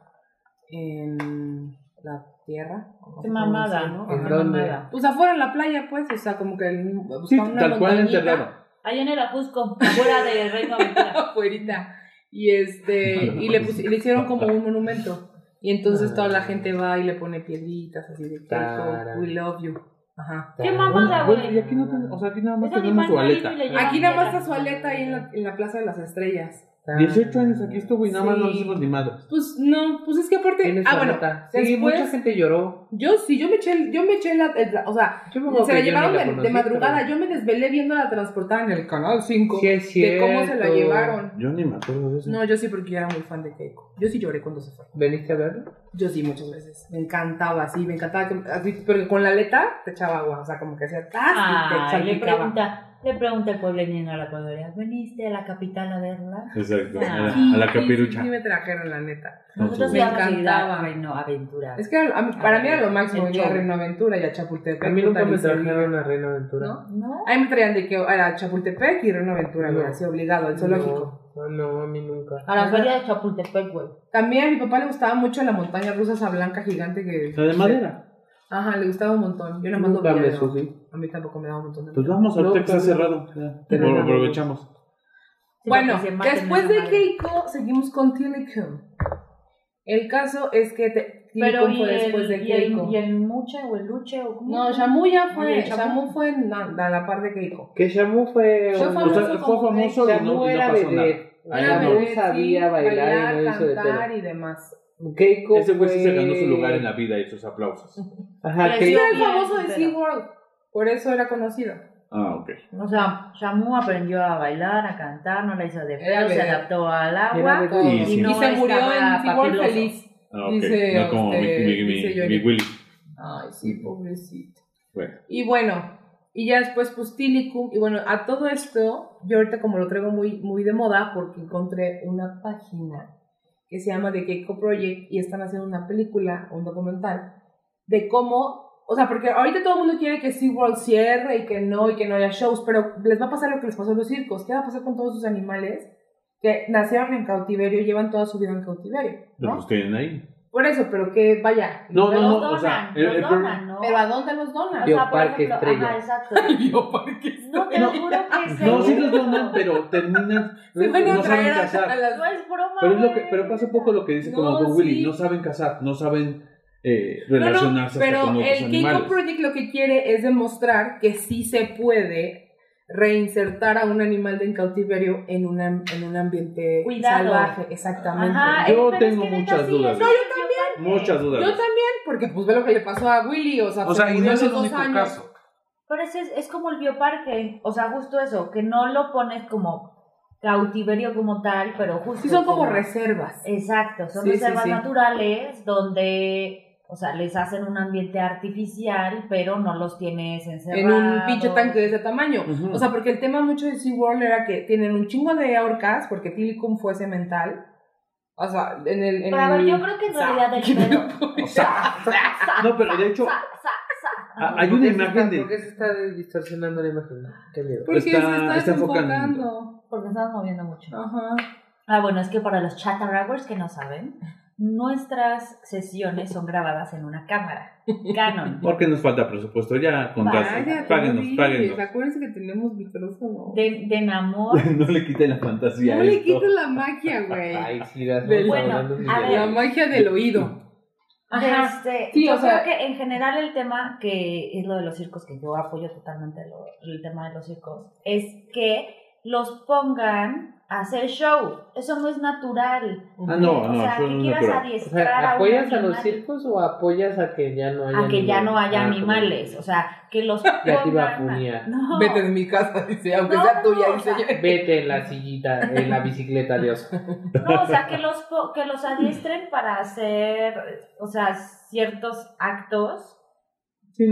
en la tierra. o no Qué sé cómo mamada, decirlo, ¿no? ¿En ajá. dónde? mamada. Pues afuera en la playa, pues. O sea, como que en- buscaron Sí, una tal cual montañita enterraron. Allá en el Ajusco, afuera de Reino Aventura. afuerita. Y este, y le, pus- le hicieron como un monumento. Y entonces toda la gente va y le pone piedritas así de Tara. Keiko, we love you. Ajá. ¡Qué mamada, güey! Y aquí no ten- o sea, aquí nada más Es tenemos animal su marino aleta. y le llevan Aquí nada más tierra. está su aleta ahí en la, en la Plaza de las Estrellas. 18 años aquí estuvo y nada más Sí. no hicimos ni madre. Pues no, pues es que aparte. Tiene su Ah, bueno. nota. Sí, después- mucha gente lloró. Yo sí, yo me eché, yo me eché la, el- la- O sea, Yo me acuerdo se la que yo llevaron ni de, de conocí, madrugada. pero- Yo me desvelé viendo la transportada en el canal 5. Sí, es de cierto. cómo se la llevaron. Yo ni me acuerdo de eso. No, yo sí, porque yo era muy fan de Keiko. Yo sí lloré cuando se fue. ¿Veniste a verlo? Yo sí, muchas veces. Me encantaba, sí, me encantaba. Que, así, pero con la aleta te echaba agua, o sea, como que hacía tas y te Ay, le salpicaba. pregunta, le pregunta el pueblerino a la pueblería, ¿veniste a la capital a verla? Exacto. Ah. A la, a la Sí, capirucha. Sí, sí, me trajeron, la neta. No, Nosotros sí. íbamos a ir encantaba. a Reino Aventura. Es que a mí- para mí era lo máximo El ir a show. Reino Aventura y a Chapultepec. A mí nunca me Total, trajeron a Reino Aventura. ¿No? ¿No? A mí me traían de que era Chapultepec y Reino Aventura, No. me hacía obligado, al zoológico. No, no, a mí nunca. A la feria de Chapultepec, güey. También a mi papá le gustaba mucho la montaña rusa esa blanca gigante que... La de madera. Ajá, le gustaba un montón. Yo nada más lo Nunca me veía, ¿no? subí. A mí tampoco me daba un montón de... Pues vamos, No, ahorita que está pero- cerrado. pero Lo no. aprovechamos. Bueno, Porque se maten después esa de madre. Keiko, seguimos con Tillicum. El caso es que te, Pero Tillicum y fue después el, de y el, Keiko. y el Mucha o el Luche o cómo no, se llama? Shamu ya Oye, fue. Shamu. Shamu fue en la, a la par de Keiko. Que Shamu fue... Fue un- O sea, famoso fue como famoso y no, Shamu y no era pasó nada. vedette. Ah, Era no. vedette, sí, sabía bailar y no hizo de cantar y demás. Keiko Ese güey sí se fue- ganó su lugar en la vida y sus aplausos. Ajá, Creció. Keiko... Era el bien, famoso de pero- SeaWorld. Por eso era conocido. Ah, ok. O sea, Shamu aprendió a bailar, a cantar, no la hizo de Era pedo, se bebé. adaptó al Era agua. vedette. Y sí. Y, no se murió estaba en SeaWorld papiloso. feliz. Ah, ok. Dice, no como mi, este, mi, mi- dice mi Johnny. Willy. Ay, sí, pobrecito. Bueno. Y bueno, y ya después pues Tilicum, y bueno, a todo esto, yo ahorita como lo traigo muy, muy de moda porque encontré una página que se llama The Keiko Project y están haciendo una película, un documental, de cómo O sea, porque ahorita todo el mundo quiere que SeaWorld cierre y que no, y que no haya shows, pero les va a pasar lo que les pasó a los circos. ¿Qué va a pasar con todos esos animales que nacieron en cautiverio y llevan toda su vida en cautiverio? Pero ¿no? pues tienen ahí. Por eso, pero que vaya. No, no, Los no. donan, O sea, el- los el donan, problema- ¿no? ¿Pero a dónde los O donan? sea, por Bioparque ejemplo, Estrella. Ajá, exacto. Bioparque. No, te No. juro que es No, sí los seguro. donan, pero terminan. Se No, van a no saben traer a, a cazar. las- No es broma. Pero, es lo que, güey. pero pasa un poco lo que dice No, como Don Willy: sí. no saben cazar, no saben eh, No, no, relacionarse hasta pero con otros el King Kong animales. Project lo que quiere es demostrar que sí se puede reinsertar a un animal de en cautiverio en un, am- en un ambiente Cuidado. salvaje, exactamente. Ajá, Yo eh, pero es tengo que neta muchas sí, dudas. es No, un yo bioparque. Muchas Yo dudas. también, porque pues ve lo que le pasó a Willy, o sea, O se sea, y murió no a es los el dos único años. caso. Pero ese es, es como el bioparque, o sea, justo eso, que no lo pones como cautiverio como tal, pero justo. Sí son como reservas. Exacto, son Sí, sí, reservas sí. naturales donde, o sea, les hacen un ambiente artificial, pero no los tienes encerrados. En un pinche tanque de ese tamaño. Ujú. O sea, porque el tema mucho de SeaWorld era que tienen un chingo de orcas, porque Tilicum fue cemental. O sea, en el... En Pero a ver, el- yo creo que en Sa- realidad el pedo. O sea, no, pero de hecho, Sa, sa, sa. a- hay una imagen ¿Por de. qué se está distorsionando la imagen? Qué miedo. Porque está- se está, está desenfocando. Porque estamos moviendo mucho. Ajá. Ah, bueno, es que para los chatarrawers que no saben, nuestras sesiones son grabadas en una cámara. Canon. Porque nos falta presupuesto ya, Vaya, contaste. Páguenos, Luis, páguenos. Acuérdense que tenemos micrófono. De, de enamor. No le quiten la fantasía no a le esto. quito la magia, güey. Ay, sí, las Eh, Del- vamos Bueno, hablando a de- ver. La magia del oído. Ajá. Este, Sí, yo o sea- creo que en general el tema que es lo de los circos, que yo apoyo totalmente lo- el tema de los circos, es que los pongan a hacer show. Eso no es natural. Ah, no, o no, sea, eso que no es quieras natural. O adiestrar a sea, un ¿apoyas a los animal circos o apoyas a que ya no haya a que ya no haya Ah, animales. O sea, que los Ya te iba a pongan a- funear. No. Vete de mi casa, dice, aunque No, sea no, tuya, no, dice o sea, yo. Vete en la sillita, en la bicicleta, Dios. No, o sea, que los, po- que los adiestren para hacer, o sea, ciertos actos.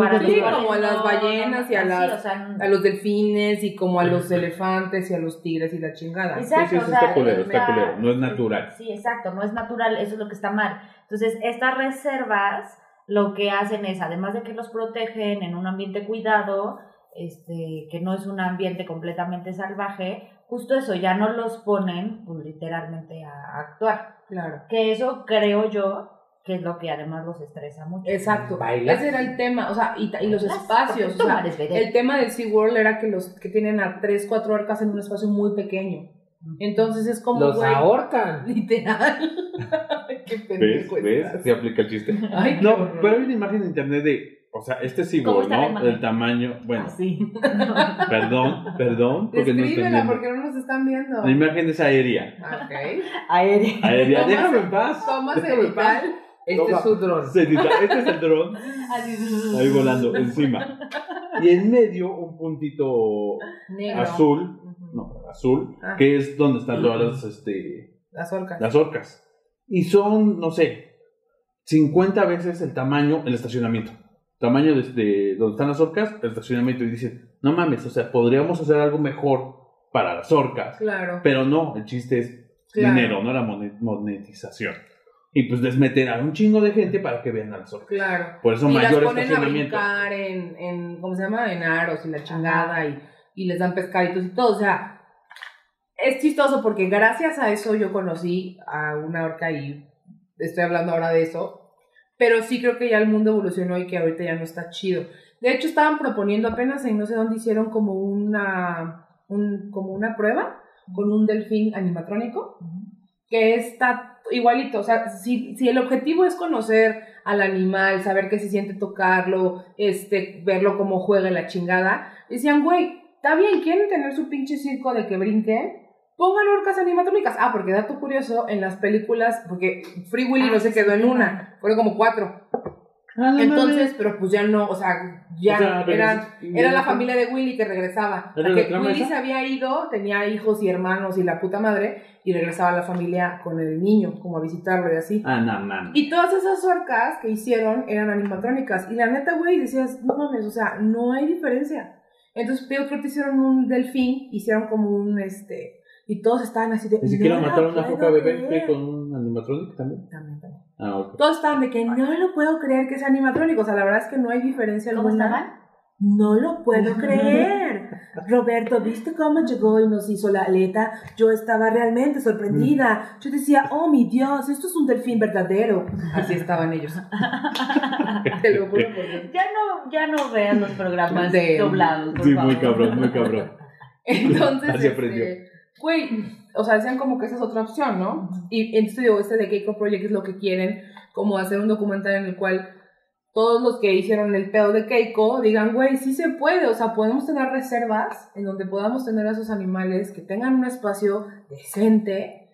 para sí, los cuales como a las ballenas y a sí, las- o sea, A los delfines y como a los elefantes y a los tigres y la chingada. exacto, Sí, sí, o eso sea, está culero, está- está culero. No es natural. Sí, exacto, no es natural, eso es lo que está mal. Entonces, estas reservas lo que hacen es, además de que los protegen en un ambiente cuidado, este, que no es un ambiente completamente salvaje, justo eso, ya no los ponen pues, literalmente a actuar. Claro. Que eso creo yo que es lo que además los estresa mucho. Exacto. Bailas. Ese era el tema. O sea, y, ta- y los Las- espacios. porque o tú sea, eres vedette. el tema del SeaWorld era que los que tienen a tres, cuatro orcas en un espacio muy pequeño. Entonces es como, Los güey, ahorcan. Literal. Qué ¿Ves? pendejo ¿Ves? estás. Se aplica el chiste. Ay, qué No, horror. pero hay una imagen en internet de. O sea, este sí, ¿Cómo ¿no? está la imagen? El tamaño. Bueno, Así. perdón, perdón, porque no estoy Escríbela viendo. porque no nos están viendo. La imagen es aérea. Ok. Aéreo. Aérea, Tomás- déjame en paz. Tomás déjame en paz. Edital. Este Toma. es su dron. Se edita. Este es el dron. Ahí volando encima. Y en medio un puntito Negro. azul, Ujú. no, azul, Ah. que es donde están todas las, este, Las orcas. las orcas. Y son, no sé, 50 veces el tamaño, el estacionamiento. Tamaño desde donde están las orcas, el estacionamiento. Y dicen, no mames, o sea, podríamos hacer algo mejor para las orcas. Claro. Pero no, el chiste es claro. dinero, no la mone- monetización. Y pues les meter a un chingo de gente para que vean a las orcas. Claro. Por eso y las mayor ponen a estacionamiento. brincar en, en, ¿cómo se llama? En aros y la chingada y, y les dan pescaditos y todo. O sea, es chistoso porque gracias a eso yo conocí a una orca y estoy hablando ahora de eso. Pero sí creo que ya el mundo evolucionó y que ahorita ya no está chido. De hecho, estaban proponiendo apenas en no sé dónde hicieron como una, un- como una prueba con un delfín animatrónico que está igualito. O sea, si, si el objetivo es conocer al animal, saber qué se siente tocarlo, este, verlo cómo juega y la chingada, decían, güey, está bien, quieren tener su pinche circo de que brinquen. Pongan orcas animatrónicas. Ah, porque dato curioso, en las películas, porque Free Willy no se quedó en una, fueron como cuatro. Ah, no mames. Entonces, pero pues ya no, o sea, ya O sea, eran pero- era la familia de Willy que regresaba. O sea, ¿Era la que trama Willy esa? se había ido, tenía hijos y hermanos y la puta madre, y regresaba la familia con el niño, como a visitarlo y así. Ah, no mames. Y todas esas orcas que hicieron eran animatrónicas. Y la neta, güey, decías, no mames, o sea, no hay diferencia. Entonces, creo que te hicieron un delfín, hicieron como un este. Y todos estaban así de. Ni siquiera "No la mataron a una puedo foca bebé creer". ve, con un animatrónico también. También, también. Ah, ok. Todos estaban de que no lo puedo creer que es animatrónico. O sea, la verdad es que no hay diferencia ¿Cómo alguna. estaban? No lo puedo creer. Roberto, ¿viste cómo llegó y nos hizo la aleta? Yo estaba realmente sorprendida. Yo decía, oh mi Dios, esto es un delfín verdadero. Así estaban ellos. Te lo juro por Dios. Ya no, ya no vean los programas De- doblados, por Sí, favor. muy cabrón, muy cabrón. Entonces, Así aprendió. este, güey, o sea, decían como que esa es otra opción, ¿no? Y entonces digo, este de Keiko Project es lo que quieren, como hacer un documental en el cual todos los que hicieron el pedo de Keiko digan, güey, sí se puede, o sea, podemos tener reservas en donde podamos tener a esos animales que tengan un espacio decente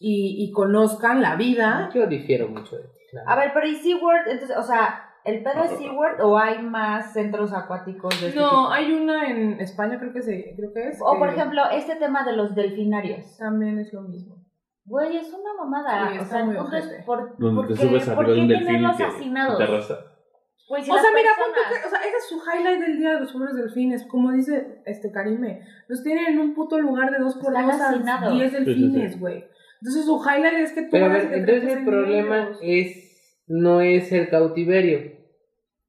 y, y conozcan la vida. Yo difiero mucho de ti. la ¿Ah? A ver, pero ¿y SeaWorld? Entonces, o sea, ¿el pedo es SeaWorld o hay más centros acuáticos de este No, tipo? hay una en España, creo que, se, creo que es. O, por que ejemplo, este tema de los delfinarios. También es lo mismo. Güey, es una mamada. Sí, o está sea, muy el punto es ojete. por, Donde por te qué- subes por arriba qué de un delfín y tenerlos te, y hacinados? te arrastra. Güey, si O las sea, mira, pon tú personas- que- o sea, ese es su highlight del día de los pobres delfines. Como dice este Karime, los tienen en un puto lugar de 2 por Están 2 a hacinados. 10 sí. delfines, güey. Entonces su highlight es que tú Pero a vas y ver, te entonces trepas el en problema ellos. es no es el cautiverio,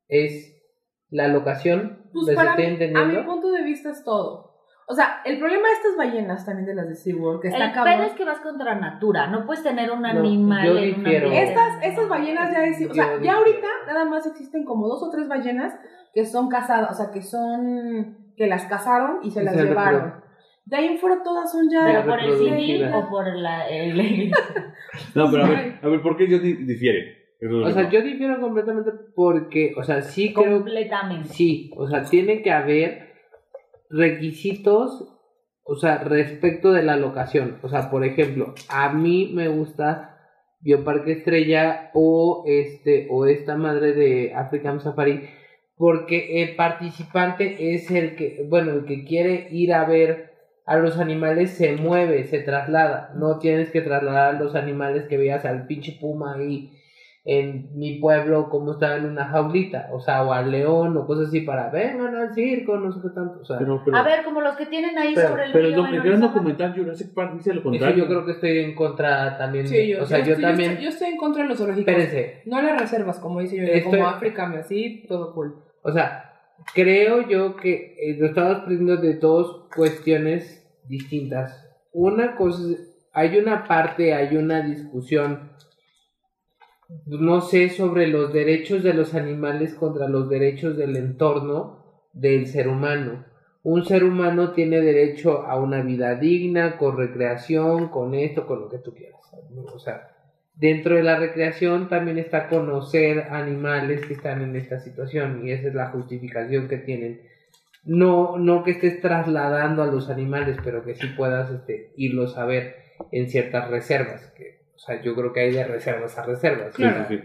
es la locación. Pues ¿Les para estoy mí- a mi entendiendo? punto de vista es todo. O sea, el problema de estas ballenas también de las de SeaWorld, que está El pedo es cabrón. que vas contra natura. No puedes tener un No, animal yo en un difiero. ambiente. Estas, estas ballenas ya de Sea- o sea, Yo ya difiero. ahorita nada más existen como dos o tres ballenas que son cazadas, o sea, que son, que las cazaron y se Y las se llevaron. reproducen. De ahí en fuera todas son ya... Pero por el reproducida. civil o por la, el- No, pero a ver, a ver, ¿por qué yo di- difiere? Eso es lo O que sea, no. yo difiero completamente porque, o sea, sí creo completamente. Sí, o sea, tiene que haber requisitos, o sea, respecto de la locación. O sea, por ejemplo, a mí me gusta Bioparque Estrella o este o esta madre de African Safari porque el participante es el que, bueno, el que quiere ir a ver a los animales se mueve, se traslada. No tienes que trasladar a los animales que veas al pinche puma ahí en mi pueblo como estaba en una jaulita, o sea, o al león o cosas así para vengan al circo, no sé qué tanto, o sea, Pero, pero, A ver, como los que tienen ahí Pero- sobre el pero río. el en gran Orizaba. documental Jurassic Park dice lo eso contrario. yo creo que estoy en contra también, Sí, de- yo, o sea, yo, estoy, también, Estoy, yo estoy en contra de los zoológicos. espérense, No las reservas, como dice yo, Estoy- como África, me así, todo cool. o sea, creo yo que eh, lo estamos poniendo de dos cuestiones distintas. Una cosa, es- hay una parte, hay una discusión, no sé, sobre los derechos de los animales contra los derechos del entorno del ser humano. Un ser humano tiene derecho a una vida digna, con recreación, con esto, con lo que tú quieras. O sea, dentro de la recreación también está conocer animales que están en esta situación y esa es la justificación que tienen. No, no que estés trasladando a los animales, pero que sí puedas este, irlos a ver en ciertas reservas. Que, o sea, yo creo que hay de reservas a reservas. Sí, O sea, sí, sí.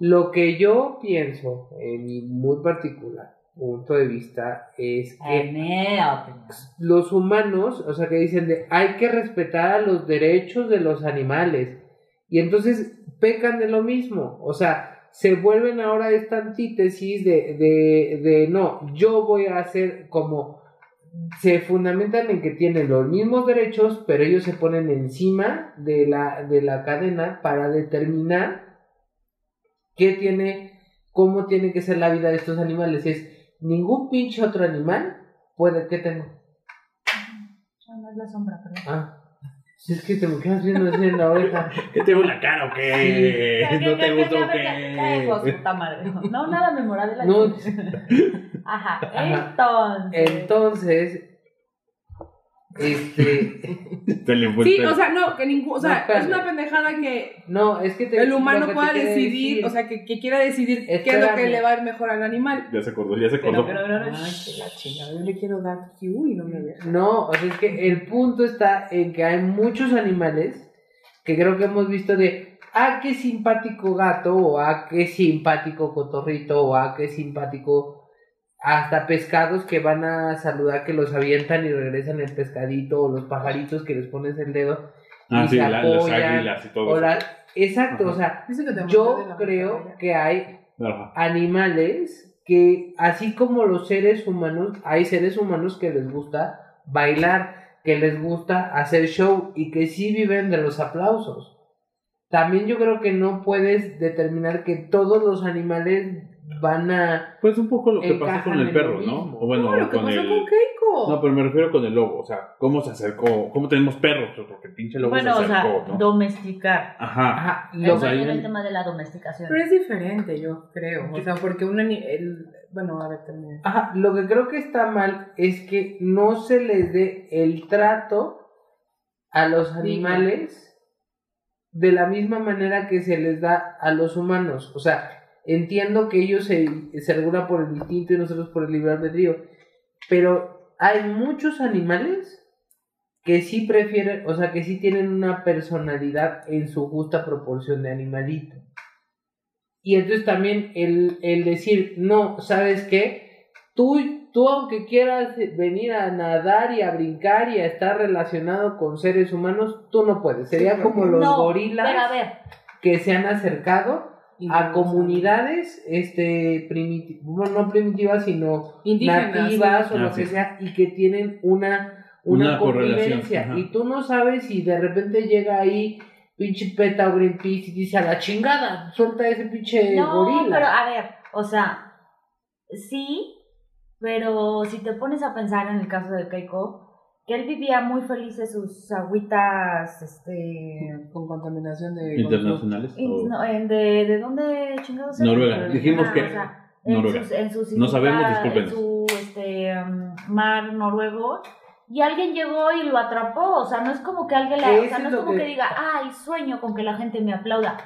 lo que yo pienso, en mi muy particular punto de vista, es Ah, que Eneo. los humanos, o sea, que dicen de hay que respetar a los derechos de los animales. Y entonces pecan de lo mismo. O sea, se vuelven ahora esta antítesis de, de, de no, yo voy a hacer como. Se fundamentan en que tienen los mismos derechos, pero ellos se ponen encima de la, de la cadena para determinar qué tiene, cómo tiene que ser la vida de estos animales. Es ningún pinche otro animal puede que tenga. Ah, No, no es la sombra, perdón. Ah, si es que te me quedas viendo así en la oreja. ¿Qué tengo en la cara o qué? Ya, ¿No ya, te ya, gustó ya, o ya, ya, ya, qué? ya, puta madre. No, nada memorable. la No. gente. Ajá, Ajá. entonces. Entonces, este, Te le fue el Sí, pedo. o sea, no, que ningún, o No, sea, espérate. es una pendejada que no, es que te- el lo humano que te pueda quería decidir, decir- o sea, que, que quiera decidir qué es lo que Espérame. le va a ir mejor al animal. Ya se acordó, ya se Pero, acordó. pero, pero, Ay, que la chingada, yo le quiero dar Q y no me deja. No, o sea, es que el punto está en que hay muchos animales que creo que hemos visto de, ah, qué simpático gato, o ah, qué simpático cotorrito, o ah, qué simpático, hasta pescados que van a saludar, que los avientan y regresan el pescadito, o los pajaritos que les pones el dedo. Ah, y sí, se la- las apoyan, águilas y todo. o eso. la- Exacto, Ajá. o sea, Dice que te mandó de yo la creo boca, que hay Ajá. animales que, así como los seres humanos, hay seres humanos que les gusta bailar, que les gusta hacer show y que sí viven de los aplausos. También yo creo que no puedes determinar que todos los animales van a... Pues un poco lo que pasó Encajan con el en perro, lo ¿no? mismo. O bueno, No, lo que con pasó el... con Keiko. No, pero me refiero con el lobo, o sea, cómo se acercó, cómo tenemos perros, porque el pinche lobo Bueno, se o sea, acercó, ¿no? domesticar. Ajá. Ajá, Eso lo- sea, viene yo- el tema de la domesticación. Pero es diferente, yo creo. O sea, porque un ani- el- Bueno, a ver, también. Ajá, lo que creo que está mal es que no se les dé el trato a los animales de la misma manera que se les da a los humanos. O sea, entiendo que ellos se, se regulan por el instinto y nosotros por el libre albedrío, pero hay muchos animales que sí prefieren, o sea, que sí tienen una personalidad en su justa proporción de animalito. Y entonces también el, el decir, no, ¿sabes qué? Tú, tú aunque quieras venir a nadar y a brincar y a estar relacionado con seres humanos, tú no puedes. Sería porque como los no, gorilas Pero a ver, que se han acercado a comunidades este primiti- bueno, no primitivas sino Indígenas, nativas sí. o Ah, lo que sí. sea y que tienen una una, Una correlación, convivencia ajá. y tú no sabes si de repente llega ahí pinche peta o Greenpeace y dice a la chingada suelta ese pinche no, gorila pero a ver, o sea, sí, pero si te pones a pensar en el caso de Keiko, que él vivía muy feliz de sus agüitas, este... eh, Con contaminación de. Internacionales. y- Oh. o- no, en de, ¿De dónde chingados era? Noruega. Dijimos Ah, que- o sea, en Noruega. sus- en sus No sabemos, islas, En discúlpenos. su este, um, mar noruego. Y alguien llegó y lo atrapó. O sea, no es como que alguien la. O Eso sea, no es es lo como que... que- diga, ay, sueño con que la gente me aplauda.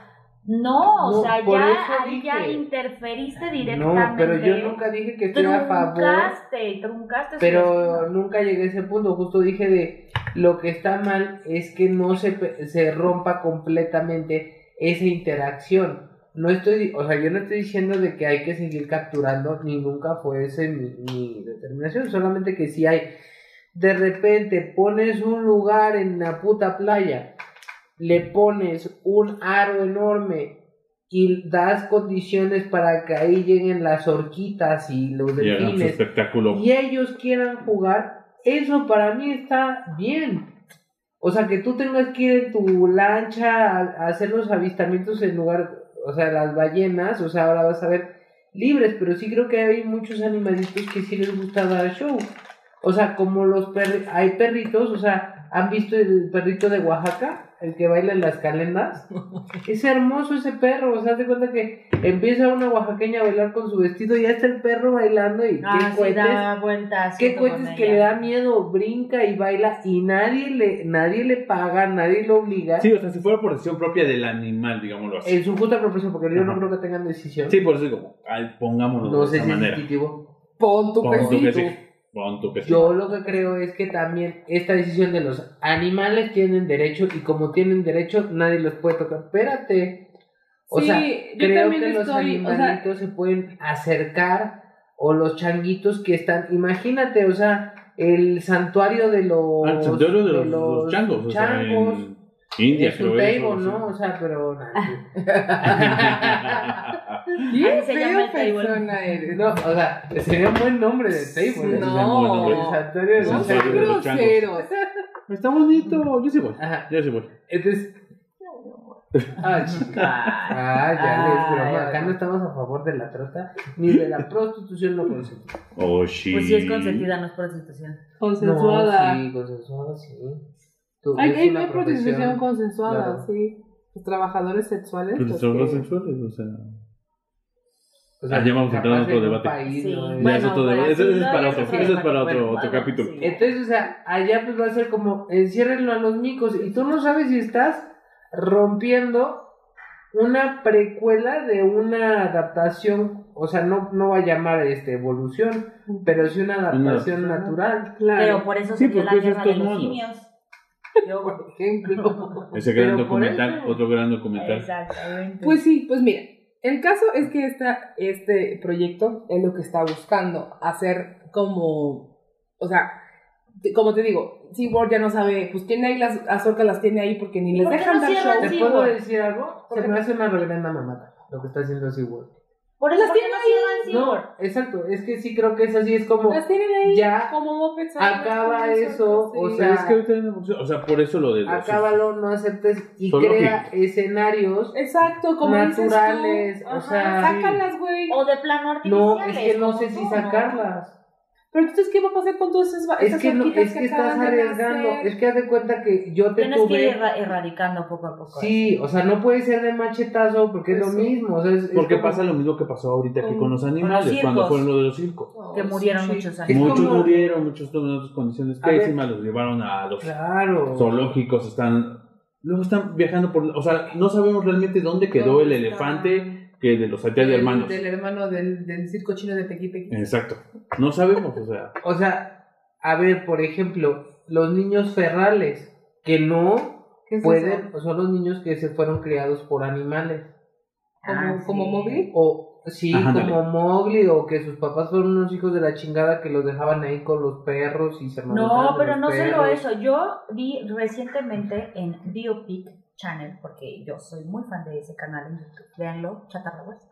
No, o No, sea, por eso ya, ahí ya dije. interferiste directamente. no pero yo nunca dije que estoy a favor Truncaste, truncaste. su pero destino. nunca llegué a ese punto. Justo dije de lo que está mal es que no se, pe- se rompa completamente esa interacción. No estoy, o sea, yo no estoy diciendo de que hay que seguir capturando, ni nunca fue ese mi, mi determinación, solamente que si hay, de repente pones un lugar en la puta playa, le pones un aro enorme y das condiciones para que ahí lleguen las orquitas y los Y hagan su delfines espectáculo. y ellos quieran jugar, eso para mí está bien. O sea, que tú tengas que ir en tu lancha a, a hacer los avistamientos en lugar, o sea, las ballenas, o sea, ahora vas a ver libres, pero sí creo que hay muchos animalitos que sí les gusta dar show. O sea, como los perritos, hay perritos, o sea, ¿han visto el perrito de Oaxaca? El que baila en las calendas. Es hermoso ese perro, o sea, haz de cuenta que empieza una oaxaqueña a bailar con su vestido y ya está el perro bailando y Ah, qué sí, cohetes. da vueltas. ¿Qué junto con cuentes que ella. le da miedo? Brinca y baila y nadie le, nadie le paga, nadie lo obliga. Sí, o sea, si fuera por decisión propia del animal, digámoslo así. En su justa proporción, porque yo no Ajá. creo que tengan decisión. Sí, por eso digo, ay, pongámoslo no de sé esa si es manera. intuitivo. Pon tu Pon tu que sí. pesito. Pon tu que sí. Yo lo que creo es que también esta decisión de los animales tienen derecho y como tienen derecho, nadie los puede tocar. Espérate. O Sí, sea, yo creo también que los estoy. O sea, animalitos se pueden acercar o los changuitos que están, imagínate, o sea, el santuario de los, Ah, el santuario de los, los los changos, o sea, changos. en India, es creo un es, table, o ¿no? O así. sea, pero no, bien se llama el fea table. persona eres. no, o sea, sería un buen nombre de table. ¿eh? es ¿no? muy bueno, No, El santuario de Es no los el sean santuario de los changos. changos. groseros. Está bonito, yo sí voy. Ajá. Yo sí voy. Entonces, ah, chica. Ah, ya Ay, les broma. Acá ay. no estamos a favor de la trata ni de la prostitución no consensuada. Oh, sí. Pues sí, es consentida, no es prostitución. Consensuada. No, sí, consensuada, sí. Tú, Ay, es ay, no una hay prostitución profesión. consensuada, claro. sí. Los trabajadores sexuales. Pero los son que- homosexuales, o sea. O Ah, ya vamos a entrar capaz en otro un debate. país, Sí. ¿no? Ya Bueno, es otro debate. pues, Ese ese es no, para ese otro, es ese es otro para debate. otro, Bueno, otro bueno, capítulo. Este sí. Entonces, o sea, allá pues va a ser como enciérrenlo a los micos y tú no sabes si estás rompiendo una precuela de una adaptación, o sea, no, no va a llamar este evolución, pero sí una adaptación Una- natural. Pero Claro. por eso Sí, se dio pues, la pues, guerra de estos los monos. simios. Yo- Por ejemplo. Ese gran Pero por documental, eso- otro gran documental. Exactamente. Pues sí, pues mira, el caso es que esta, este proyecto es lo que está buscando, hacer como, o sea, te- como te digo, SeaWorld ya no sabe, pues tiene ahí las azorcas, las tiene ahí porque ni les ¿Por qué dejan no dar cierran show. ¿Te Sí, puedo bueno. decir algo? Porque me hace una reverenda mamada lo que está haciendo SeaWorld. por eso las ¿por qué tienen no ahí. cierran así. No, exacto, es que sí creo que es así, es como Las tienen ahí ya como mopeds. ahí, acaba las tienen eso, nosotros, o sí. Pero es sea, que ahorita ya no funciona. O sea, por eso lo de los- acábalo, no aceptes y Solo crea escenarios Exacto, como naturales, dices o tú. Ajá, sea, sácalas, güey. O de plano artificiales. No, es que no como sé si tú, sacarlas. Pero entonces, ¿qué va a pasar con todas esas Es esas que, no, vaquitas es que estás acaban de arriesgando. nacer? Es que haz de cuenta que yo te Tienes que ir tuve. erra- erradicando poco a poco. Sí, o sea, no puede ser de machetazo porque es Pues lo sí. mismo. o sea, es- es Porque como- pasa lo mismo que pasó ahorita que Con- con los los animales, cuando circos. fueron lo de los circos. Oh, que sí, murieron sí. muchos Es animales. muchos como- murieron, muchos tuvieron otras condiciones A ver. pésimas, los llevaron a los Claro. zoológicos, están... Luego están viajando por... O sea, no sabemos realmente dónde quedó el ¿Dónde está? elefante que de los siete Del- hermanos. Del hermano del, del circo chino de Pequi Eh, Pequi. Exacto. No sabemos, o sea... O sea, a ver, por ejemplo, los niños ferrales que no ¿Qué es eso? pueden, son los niños que se fueron criados por animales. Ah, como- como móvil. O sí, Ajá, como Mowgli, o que sus papás fueron unos hijos de la chingada que los dejaban ahí con los perros y se No, amanestaban pero los no solo perros. eso. Yo vi recientemente en Biopic Channel, porque yo soy muy fan de ese canal en YouTube, véanlo, chatarrabas,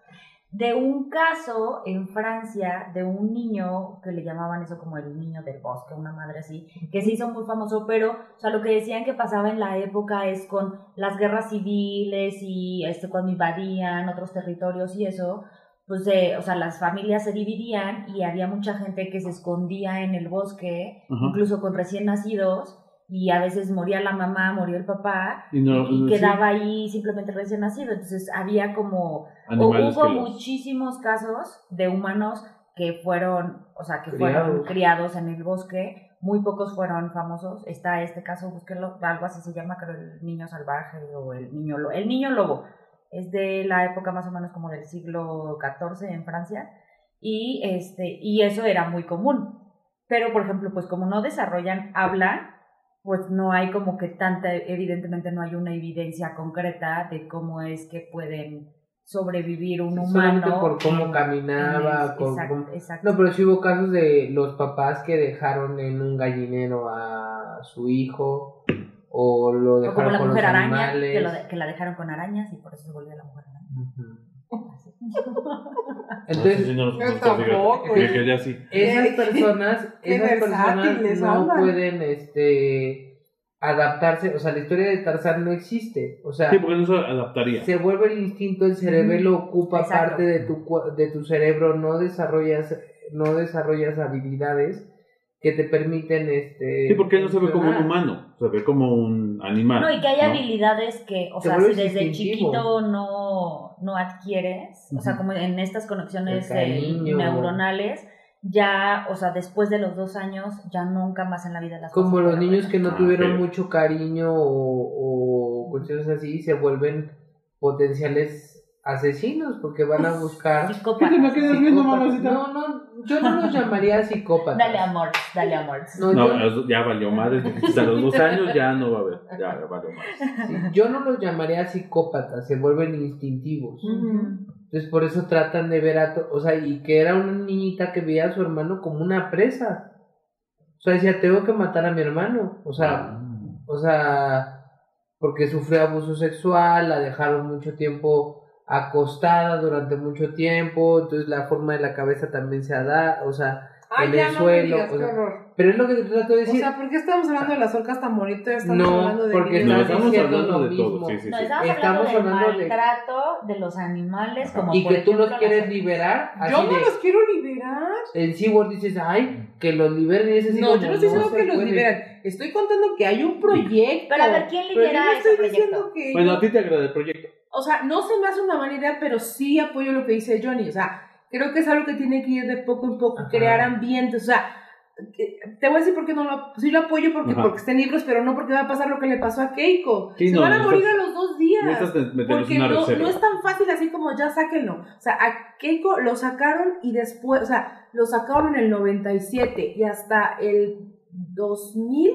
de un caso en Francia de un niño que le llamaban eso como el niño del bosque, una madre así, que se hizo muy famoso, pero o sea, lo que decían que pasaba en la época es con las guerras civiles y este, cuando invadían otros territorios y eso, pues, eh, o sea, las familias se dividían y había mucha gente que se escondía en el bosque, Ajá. incluso con recién nacidos, y a veces moría la mamá, moría el papá, Y, no, pues, y sí, quedaba ahí simplemente recién nacido. Entonces había como, o animales hubo que los- muchísimos casos de humanos que fueron, o sea, que fueron Criados. criados en el bosque. Muy pocos fueron famosos. Está este caso, búsquenlo, algo así se llama, creo, el niño salvaje o el niño lobo. El niño lobo es de la época más o menos como del siglo XIV en Francia y, este, y eso era muy común. Pero, por ejemplo, pues como no desarrollan habla, pues no hay como que tanta, evidentemente no hay una evidencia concreta de cómo es que pueden sobrevivir un Solamente humano. por cómo caminaba, Es- por exacto, cómo- exacto. No, pero sí hubo casos de los papás que dejaron en un gallinero a su hijo o lo O como dejaron la con mujer los araña, animales. que, lo de- que la dejaron con arañas y por eso se volvió la mujer araña. Ujú. Así. No, Entonces, sí, no los Yo conozco, fíjate. tampoco. Me quedé así. esas Qué- personas, qué esas personas versátiles no andan. pueden este adaptarse, o sea, la historia de Tarzán no existe, o sea, Sí, porque no se adaptaría. se vuelve el instinto, el cerebelo ocupa Exacto. parte de tu cua- de tu cerebro, no desarrollas no desarrollas habilidades que te permiten este Sí, porque no se ve como un funcionar. humano, se ve como un animal. No, y que hay ¿no? habilidades que, o Te sea, si vuelves desde instintivo. chiquito no, no adquieres, o sea, como en estas conexiones El eh, cariño. neuronales, ya, o sea, después de los dos años, ya nunca más en la vida las Como cosas los fueron niños buenas. que no Ah, tuvieron ok. mucho cariño o, o cuestiones así se vuelven potenciales asesinos porque van a buscar. Psicópatas. ¿Qué te me quedas viendo, psicópatas. mamacita? No, no, yo no los llamaría psicópatas. Dale amor, dale amor. No, No, yo, eso ya valió madre. Hasta los dos años ya no va a haber. Ya valió madre. sí, yo no los llamaría psicópatas, se vuelven instintivos. Ujú. Entonces por eso tratan de ver a... to- O sea, y que era una niñita que veía a su hermano como una presa. O sea, decía, tengo que matar a mi hermano. O sea, O sea, porque sufrió abuso sexual, la dejaron mucho tiempo acostada durante mucho tiempo, entonces la forma de la cabeza también se da, o sea, Ay, en ya el no suelo, me digas, o qué sea, horror. pero es lo que te trato de O decir. sea, ¿por qué estamos hablando de las orcas tan bonitas? Estamos hablando no, de porque No, niños. estás estamos diciendo hablando lo de todo, mismo. sí, sí, No, sí. estamos, Estamos hablando, hablando de- del maltrato de los animales, Ajá. como Y por que tú los ejemplo, quieres las- liberar, así Yo no de, los quiero liberar. en SeaWorld dices, ay, que los liberen, y es así No, como, yo no estoy diciendo se que los puede". liberan. Estoy contando que hay un proyecto. Pero a ver, ¿quién Pero yo lidera no ese estoy proyecto? diciendo que. Bueno, a ti te agrada el proyecto. O sea, no se me hace una mala idea, pero sí apoyo lo que dice Johnny. O sea, creo que es algo que tiene que ir de poco en poco, Ajá. crear ambientes. O sea, que- te voy a decir por qué no lo, sí lo apoyo porque, Ajá. porque está en libros, pero no porque va a pasar lo que le pasó a Keiko. Sí, se no, van a no morir estás- a los dos días. Necesitas meterles Porque una no, reserva. no es tan fácil así como ya sáquenlo. O sea, a Keiko lo sacaron y después, o sea, lo sacaron en el 97 y hasta el 2000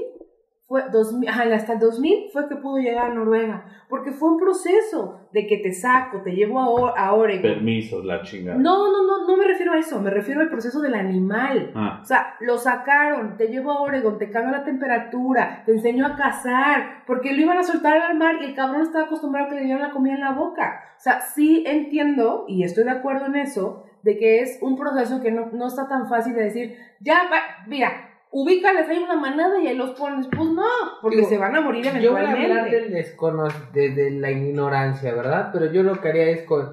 fue 2000, ajá, hasta el 2000 fue que pudo llegar a Noruega, porque fue un proceso de que te saco, te llevo a, O- a Oregon. Permisos, la chingada. No, no, no, no me refiero a eso, me refiero al proceso del animal. Ah, O sea, lo sacaron, te llevo a Oregon, te cambió la temperatura, te enseñó a cazar, porque lo iban a soltar al mar y el cabrón estaba acostumbrado a que le dieran la comida en la boca. O sea, sí entiendo, y estoy de acuerdo en eso, de que es un proceso que no, no está tan fácil de decir, ya, va, mira, ubícales, hay una manada y ahí los pones. Pues no, porque Digo, se van a morir Yo voy a eventualmente. hablar del descono- de, de la ignorancia, ¿verdad? Pero yo lo que haría es con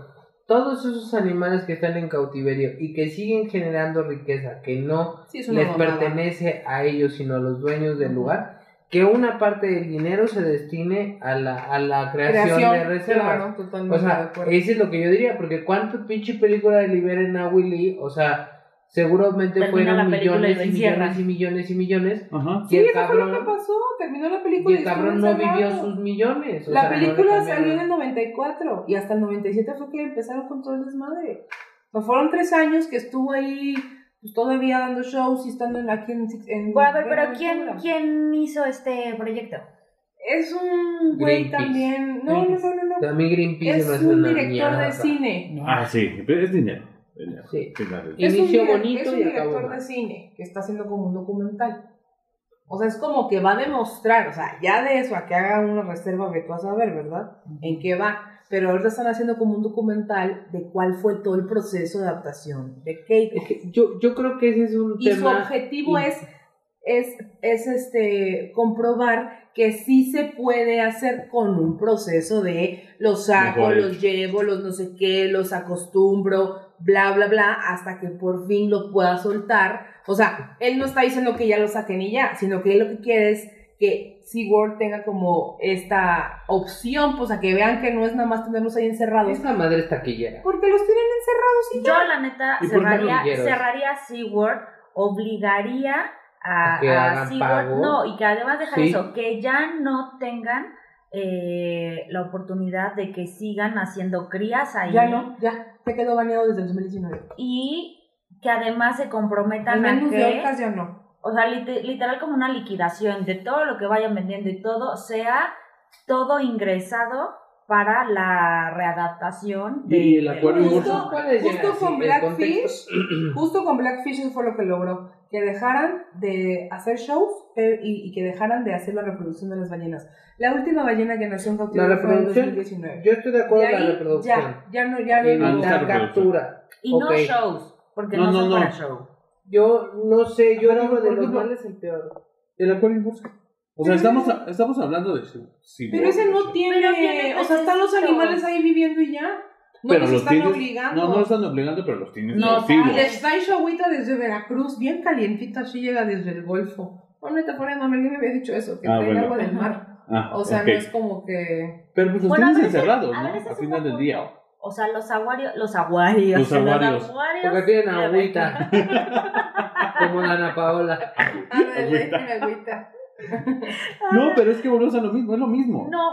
todos esos animales que están en cautiverio y que siguen generando riqueza, que no Sí, es una les mamada. pertenece a ellos, sino a los dueños del Ujú. lugar, que una parte del dinero se destine a la, a la creación, de reservas. claro, O totalmente de sea, acuerdo. eso es lo que yo diría, porque cuánto pinche película de Liberen a Willy, o sea, seguramente Termina la fueron película y millones lo y encierran. millones y millones y millones. ajá. Y Sí, el eso fue lo que cabrón, pasó. Terminó la y película el cabrón no estuvieron vivió encerrados. sus millones. o La sea, no le película cambiaron. salió en el 94 y hasta el 97 fue que empezaron con todo el desmadre. O sea, fueron tres años que estuvo ahí pues, todavía dando shows y estando en- aquí en... en Bueno, a ver, pero en- ¿quién, ¿quién hizo este proyecto? Es un güey Greenpeace. también... No, no, no, no, no. A mí Greenpeace me Es hace un una director mierda. de cine. Ah, sí, pero es dinero. dinero. Sí. Claro. Y- Es un Inició dire- bonito es un y acabó director mal. de cine que está haciendo como un documental. O sea, es como que va a demostrar, o sea, ya de eso a que haga una reserva, ve tú a saber, ¿verdad? en qué va. Pero ahorita están haciendo como un documental de cuál fue todo el proceso de adaptación de Keiko. Es que yo, yo creo que ese es un Y su tema. objetivo y- es, es, es este, comprobar que sí se puede hacer con un proceso de los saco, Mejor los llevo, los no sé qué, los acostumbro, bla, bla, bla, hasta que por fin lo pueda soltar. O sea, él no está diciendo que ya lo saquen y ya, sino que él lo que quiere es que SeaWorld tenga como esta opción, pues a que vean que no es nada más tenerlos ahí encerrados. Esta madre es taquillera. Porque los tienen encerrados y Yo, la neta, ¿Y por qué cerraría, no quiero? cerraría SeaWorld, obligaría a, A que a hagan SeaWorld. pago. No, y que además dejar Sí. eso, que ya no tengan eh, la oportunidad de que sigan haciendo crías ahí. ya no, ya, se quedó baneado desde el 2019. Y que además se Al comprometan a menos de que. orcas ya no. O sea, lite- literal como una liquidación de todo lo que vayan vendiendo y todo, sea todo ingresado para la readaptación de, Y el de- acuario de- Ursa. Justo, justo con Blackfish, justo con Blackfish eso fue lo que logró, que dejaran de hacer shows eh, y, y que dejaran de hacer la reproducción de las ballenas. La última ballena que nació en cautiverio La fue en reproducción, 2019. Yo estoy de De acuerdo en la ahí, reproducción. ya, ya no, ya no. Ah, Evitar no. captura. Y no Ok. shows, porque no, No, no, son no. para show. Yo no sé, yo digo de por los ejemplo- males el peor. El acuario busca. O sea, estamos, estamos hablando de su. Pero ese no Pero tiene tiene, o sea, están los pececitos. animales ahí viviendo y ya. No Pero los, los están tienes- obligando. No, no lo están obligando, pero los tienes No, cautivos. sí, Les trae su agüita desde Veracruz, bien calientita, así llega desde el Golfo. No, neta, fuera de mami, me había dicho eso, que Ah, traen bueno. agua del mar. Ah, O sea, ok. no es como que... Pero pues los Bueno, a tienes veces- encerrados, a ¿no? veces Al es final un del día. O sea, los aguarios, los aguarios, Los aguarios. aguarios. Porque tienen Ya ven. agüita. Como la Ana Paola. Agüita. agüita. Ah, No, pero es que volvemos a lo mismo, es lo mismo. No,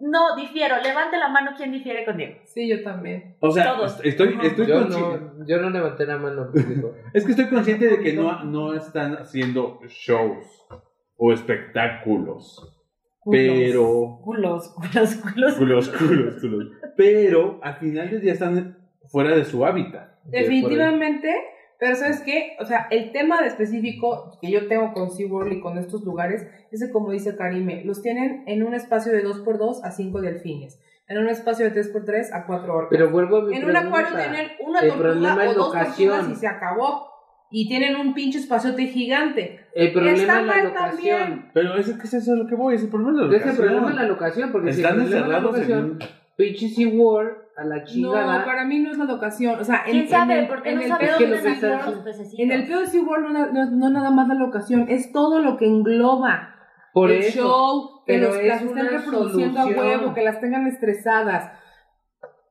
no, difiero. Levante la mano quien difiere conmigo. Sí, yo también. o sea, todos. estoy, Ajá. estoy Yo consci- no, yo no levanté la mano público. Es que estoy consciente de que no, no están haciendo shows o espectáculos. Pero. Culos, culos, culos. Culos, culos, culos. Pero al final del día están fuera de su hábitat. Definitivamente, pero ¿sabes qué? O sea, el tema de específico que yo tengo con SeaWorld y con estos lugares es que, como dice Karime, los tienen en un espacio de 2x2 a 5 delfines, en un espacio de 3x3 a 4 orcas. Pero vuelvo a mi en un pregunta. acuario tienen una El tortuga problema o es dos locación. tortugas y se acabó. Y tienen un pinche espaciote gigante. El problema Está es la mal locación. también. Pero es que es eso lo que voy, es el problema de la Ese es locación. el problema es la locación, porque si el Están problema es la encerrados en locación, un- pinche SeaWorld a la No, chingada. para mí no es la locación. O sea, en, ¿Quién en sabe? el- Porque en no el sabe pedo que de lo dónde que está- nacieron los pececitos. En el pedo de SeaWorld no, na- no, no nada más la locación, es todo lo que engloba Por el eso. show, que pero los, es las estén una reproduciendo a solución. huevo, que las tengan estresadas.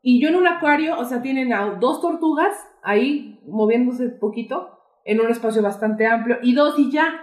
Y yo en un acuario, o sea, tienen a dos tortugas ahí moviéndose poquito en un espacio bastante amplio y dos y ya.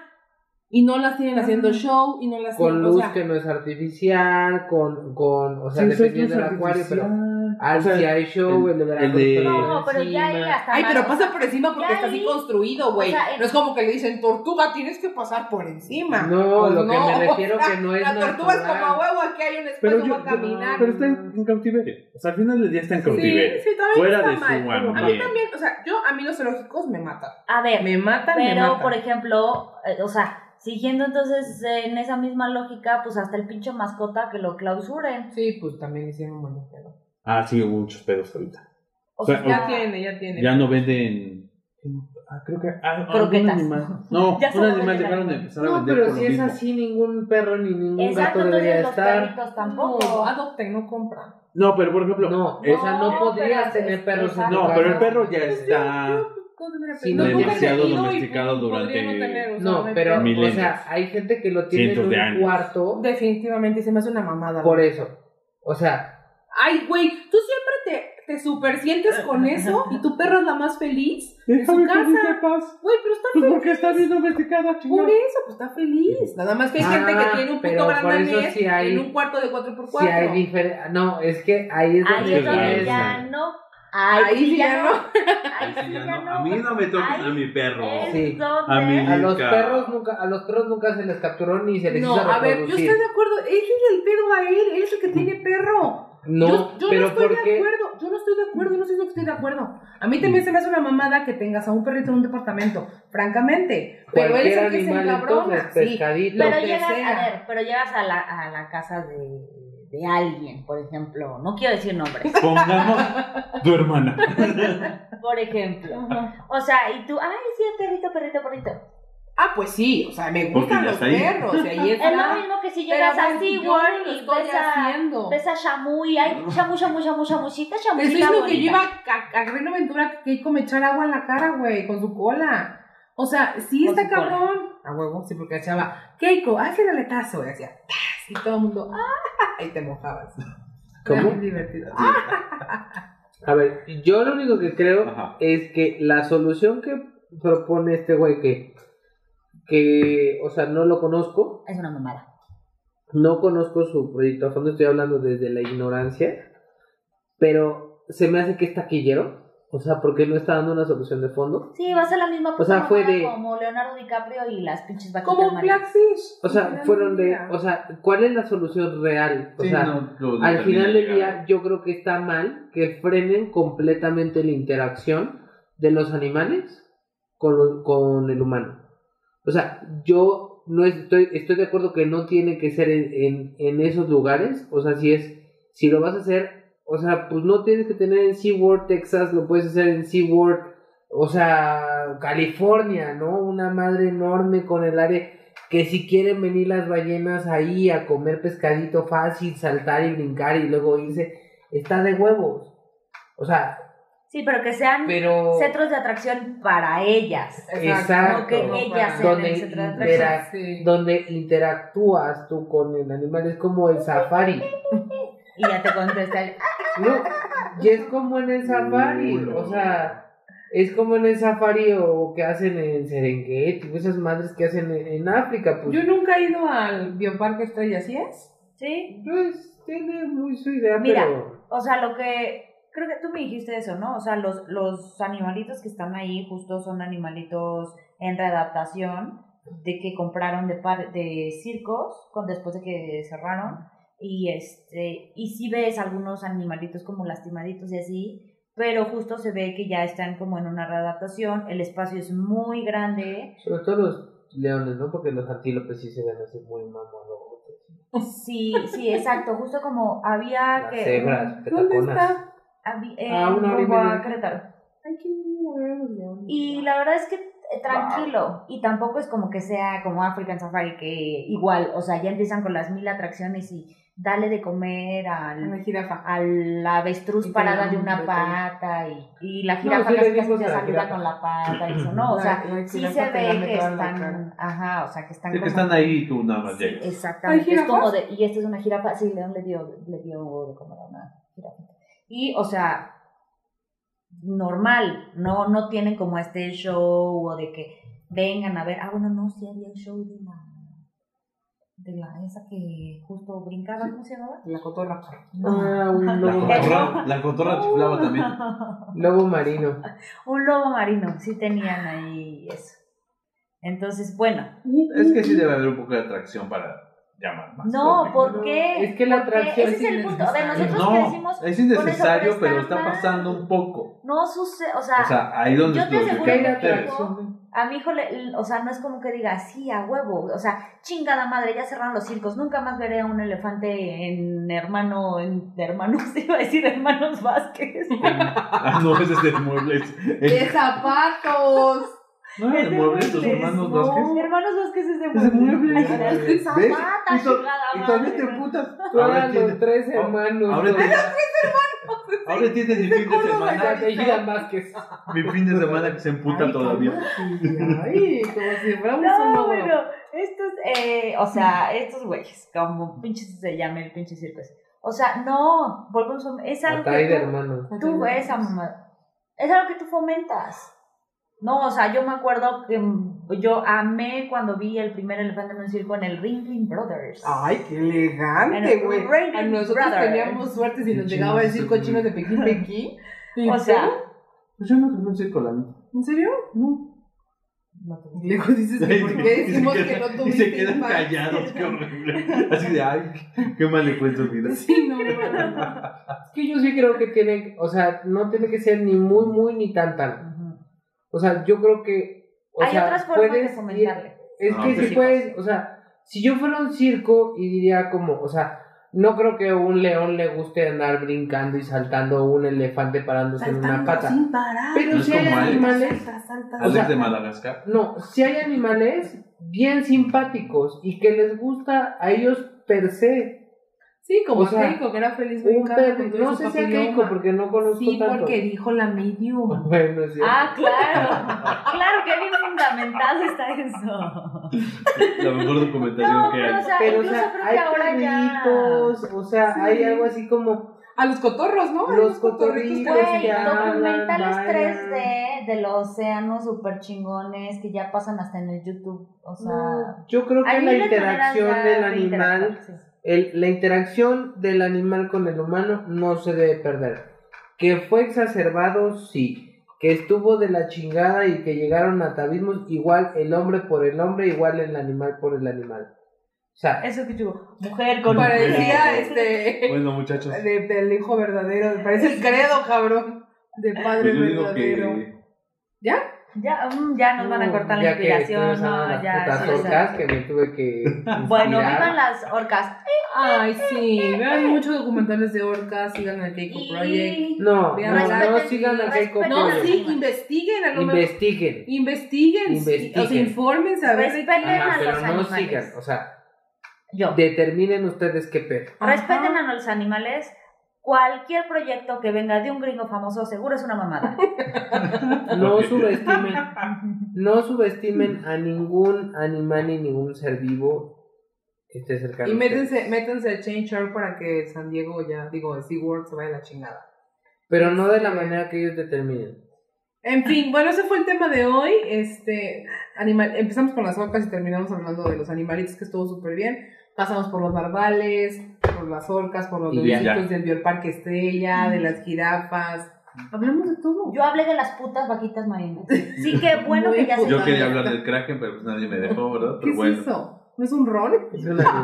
Y no las tienen haciendo Ajá. show y no las con tienen, o luz sea, que no es artificial, con, con o sea, Sí, eso es dependiendo luz del acuario, pero artificial. Ah, O sea, sí, hay show, el- el de el Veracruz. de- pero No, pero ya ahí encima. hasta. Ay, pero más- pasa por encima porque Ya está así ahí- construido, güey. o sea, no es como que le dicen, tortuga, tienes que pasar por encima. No, Pues lo que no, me o refiero sea, que no es La tortuga es natural. como huevo, aquí hay un Pero, Pues, espacio yo, para caminar. pero está en, en cautiverio. O sea, al final del día está en Sí, cautiverio. sí, también Fuera está de su mal. A mí ambiente. también, o sea, yo, a mí los zoológicos me matan. A ver, Me matan, me Pero, matan. por ejemplo, eh, o sea, siguiendo entonces eh, en esa misma lógica, pues hasta el pinche mascota que lo clausuren. Sí, pues también hicieron un buen pedo. Ah, sí, hubo muchos pedos ahorita. O sea, sea, Ya tiene, ya tiene. Ya no venden. Ah, creo que. Ah, algún Croquetas. animal. No, Ya un solo animal venden llegaron a animales. empezar a No, vender. pero por lo si es mismo. así, ningún perro ni ningún Exacto, gato debería entonces los estar. perritos Tampoco, tampoco. adopten, no compran. No, pero por ejemplo. No, No, Es- o sea, no No, podrías pero tener es- perros en exacto. tu pero el casa. perro ya Pues está. Sí, No, nunca he demasiado tenido y domesticado podría durante no tener, o sea, No, no hay pero, pedo. o Milenios. sea, hay gente que lo tiene en Cientos de un años. cuarto Definitivamente se me hace una mamada. por güey. eso. O sea, Ay, güey, tú siempre te, te super sientes con eso y tu perra es la más feliz en su Déjame casa. que en paz. Güey, pero está Pues feliz. porque está bien domesticada, Por chingada. eso, pues está feliz. Nada más que hay gente Ah, que tiene un pero puto por eso grandanés sí hay- en un cuarto de 4x4. si hay diferencia. No, es que ahí es ahí donde es claro. donde es- Ah, ya no. pues Ahí sí ya no. Ahí sí ya no. A mí no me toques a mi perro. Es Sí. donde- A mí- A los Nunca. perros nunca, a los perros nunca se les capturó ni se les No, hizo a ver, yo reproducir. Mm. estoy de acuerdo. Ese es el pedo a él. Él es el que tiene perro. No, yo yo pero no estoy porque Mm. de acuerdo. Yo no estoy de acuerdo. No sé si no estoy de acuerdo. A mí también se me hace una mamada que tengas a un perrito en un departamento. Francamente. Pero él es cualquier el que se animal encabrona. entonces, Sí. pescadito. lo Pero que llegas, sea. a ver, pero llegas a la, a la casa de, de alguien, por ejemplo. No quiero decir nombres. Pongamos tu hermana. Por ejemplo. O sea, y tú, ay, sí, perrito, perrito, perrito. Ah, pues sí. O sea, me Porque gustan ya los está ahí. perros. Y ahí Es lo está. mismo que si Pero llegas a pues, yo Seaworld no lo y estoy ves a, haciendo. ves a Shamu y hay Shamu, Shamu, Shamu, Shamucita, Eso Shamucita es lo que bonita. lleva a, a Reino Ventura que como echar agua en la cara, güey, con su cola. O sea, sí Con está su cola. cabrón. A huevo, sí, porque echaba, Keiko, haz el aletazo. Y hacía, "Tas", y todo el mundo, ¡ah! Y te mojabas. ¿Cómo? Era muy divertido. Ah, A ver, yo lo único que creo Ajá. es que la solución que propone este güey que que, o sea, no lo conozco, Es una mamada. no conozco su proyecto a fondo, estoy hablando desde la ignorancia, pero se me hace que es taquillero, o sea, porque no está dando una solución de fondo. Sí, va a ser la misma O sea, puta fue mamada de- como Leonardo DiCaprio y las pinches vaquitas Como un marinas. blackfish. O sea, fueron de, o sea, ¿cuál es la solución real? O sea, al final del día yo creo que está mal que frenen completamente la interacción de los animales con, lo- con el humano. O sea, yo no estoy, estoy de acuerdo que no tiene que ser en, en- en esos lugares. O sea, si es, si lo vas a hacer, o sea, pues no tienes que tener en SeaWorld, Texas, lo puedes hacer en SeaWorld, o sea, California, ¿no? Una madre enorme con el área que si quieren venir las ballenas ahí a comer pescadito fácil, saltar y brincar y luego irse, está de huevos. O sea, Sí, pero que sean pero centros de atracción para ellas. Exacto. No que ellas sean Donde el centro de intera- atracción. donde interactúas tú con el animal es como el safari. Y ya te contesta el... No, y es como en el safari, Culo. o sea, es como en el safari o que hacen en Serengeti, o esas madres que hacen en, en África, pues. Yo nunca he ido al Bioparque Estrella, ¿sí es? Sí. Pues, tiene muy su idea, Mira, pero O sea, lo que... Creo que tú me dijiste eso, ¿no? O sea, los, los animalitos que están ahí justo son animalitos en readaptación de que compraron de, par- de circos con, después de que cerraron. Y, este, y sí ves algunos animalitos como lastimaditos y así, pero justo se ve que ya están como en una readaptación. El espacio es muy grande. sobre todo los leones, ¿no? Porque los antílopes sí se ven así muy mamones. Sí, sí, exacto. Justo como había Las que... cebras, ¿Dónde petaconas. está? habi- eh, Ah, una hora y rumbo a media. Querétaro. Ay, qué lindo, a ver a los leones. Y la verdad es que eh, tranquilo. Y tampoco es como que sea como African Safari, que igual, o sea, ya empiezan con las mil atracciones y dale de comer al, Una jirafa. al avestruz Y con parada la de una hambre, pata y, y la No, jirafa sí le casi dimos casi a te la saluda jirafa. con la pata y eso, ¿no? O La- sea, la sí jirafa se te ve lame que toda la cara. están, ajá, o sea, que están Sí, que como- están ahí y tú nada más Sí, llegas. exactamente. ¿Hay Es como de, y esta es una jirafa, sí, León le dio, le dio de comer a una jirafa. Y, o sea, normal, no, no tienen como este show o de que vengan a ver, ah, bueno, no, sí había el show de la, de la esa que justo brincaba, ¿cómo se llamaba? La cotorra. Ah, un La lobo marino. cotorra, la cotorra chiflaba también. Lobo marino. Un lobo marino, sí tenían ahí eso. Entonces, bueno, Es que sí debe haber un poco de atracción para llamar más. no, público. ¿por qué? Es que la Porque atracción Ese es sí el punto. A ver, es nosotros crecimos. No, es innecesario, con eso, pero pero está está pasando mal. un poco. No sucede, o sea, O sea, ahí donde yo te los aseguro ¿Qué hay de defiendo a ustedes. atracción? a mi hijo, le- o sea, no es como que diga, sí, a huevo, o sea, chingada madre, ya cerraron los circos, nunca más veré a un elefante en hermano, en hermanos, iba a decir hermanos Vázquez. Ah, no, ese es de muebles. ¡De Es, zapatos! no, de muebles, los hermanos Vázquez. Hermanos Vázquez es de Es de Ay, muebles. gracias. ¿Ves? ¿Ves? Zapata, Y to- chingada Y todavía madre. te emputas. Ah, Ahora Todos entiendes. los tres ahora- hermanos. Ahora entiendes. Ahora entiendes mi fin de Córdoba, Se semana. apellidan Vázquez. Mi fin de semana que se emputa Ay, todavía. Ay, como si fuéramos un No, ogro. pero estos, eh, o sea, estos güeyes, como pinches se llama el pinche circo ese. O sea, no, volvemos a... Es algo Atay de que hermanos. tú, tú ves pues. a mamá. Es algo que tú fomentas. No, o sea, yo me acuerdo que mm, yo amé cuando vi el primer elefante en un circo en el Ringling Brothers. Ay, qué elegante, Bueno, güey. Raven A nosotros Brothers. teníamos suerte si nos Cochinos llegaba a decir de cochinos de Pekín Pekín. ¿Y o tú? sea, Pues yo no un circo, la neta. ¿en serio? No. no te- Luego dices que por qué Y se decimos que quedan- no Y se tuviste quedan infancia. callados, qué horrible. Así de, ay, qué mal le fue en su vida. Sí, no, no. Es que yo sí creo que tiene, o sea, no tiene que ser ni muy, muy, ni tan, tan. Ujú. O sea, yo creo que. O Hay sea, otras formas de puedes ir- fomentarle. Es No, que pues si sí. puedes, o sea, si yo fuera un circo y diría como, o sea, no creo que a un león le guste andar brincando y saltando o un elefante parándose Pues en una Saltando pata. sin parar. Pero No es si hay como Alex. animales, Salta, salta, O sea, Alex de Madagascar. no, si hay animales bien simpáticos y que les gusta a ellos per se. Sí, como O sea, Keiko, que era feliz Un brincando perro, con todo no su sé si a papiloma. Keiko porque no conozco Sí, tanto. porque dijo la medium. Bueno, sí. Ah, claro. claro que bien fundamentado está eso. La mejor documentación No, que pero o hay. sea, pero o incluso sea, creo hay que ahora ya. perritos, o sea, Sí. hay algo así como A los cotorros, ¿no? A Los cotorritos cotorritos. que- Güey, ya documentales hablan, 3D de los océanos super chingones que ya pasan hasta en el YouTube. O sea, yo creo que hay la miles de maneras interacción ya del de animal interactuar, sí. el- la interacción del animal con el humano no se debe perder. Que fue exacerbado, sí. Que estuvo de la chingada y que llegaron a atavismos, igual el hombre por el hombre, igual el animal por el animal. O sea, Eso que digo, mujer con Parecía mujer. este. Bueno, muchachos, de- del hijo verdadero. Parece el credo, cabrón. De padre pues yo digo verdadero. que Ya, mm, ya nos van a cortar la uh, ya que inspiración. estuvimos hablando de No, las ya. putas sí, o sea. orcas que me tuve que. Bueno, inspirar. vivan las orcas. Ay, sí. Vean muchos documentales de orcas. Sigan al Keiko Project. Y... No, Vean, no, no respeten- sigan a Keiko respeten- No, Pollo. Project. sí, investiguen a lo mejor. Investiguen. Investiguen, sí, o sea, Investiguen. infórmense a ver. de- Respeten Ajá, a pero los no animales. sigan. O sea, Yo. determinen ustedes qué pedo. Ajá. Respeten a los animales. Cualquier proyecto que venga de un gringo famoso seguro es una mamada. No subestimen No subestimen a ningún animal ni ningún ser vivo que esté cercano. Y a ustedes. métanse, métanse a Change.org para que San Diego ya, digo, SeaWorld se vaya a la chingada. Pero no de la manera que ellos determinen. En fin, bueno, ese fue el tema de hoy. Este, animal, empezamos con las orcas y terminamos hablando de los animalitos, que estuvo súper bien. Pasamos por los barbales, por las orcas, por los Y ya. bebecitos del Bioparque Estrella, de las jirafas. Hablamos de todo. Yo hablé de las putas vaquitas marinas. Sí que bueno que ya se yo quería hablar del Kraken, pero pues nadie me dejó, ¿verdad? ¿Qué Pero es bueno, eso? ¿No es un rol? Es un animal,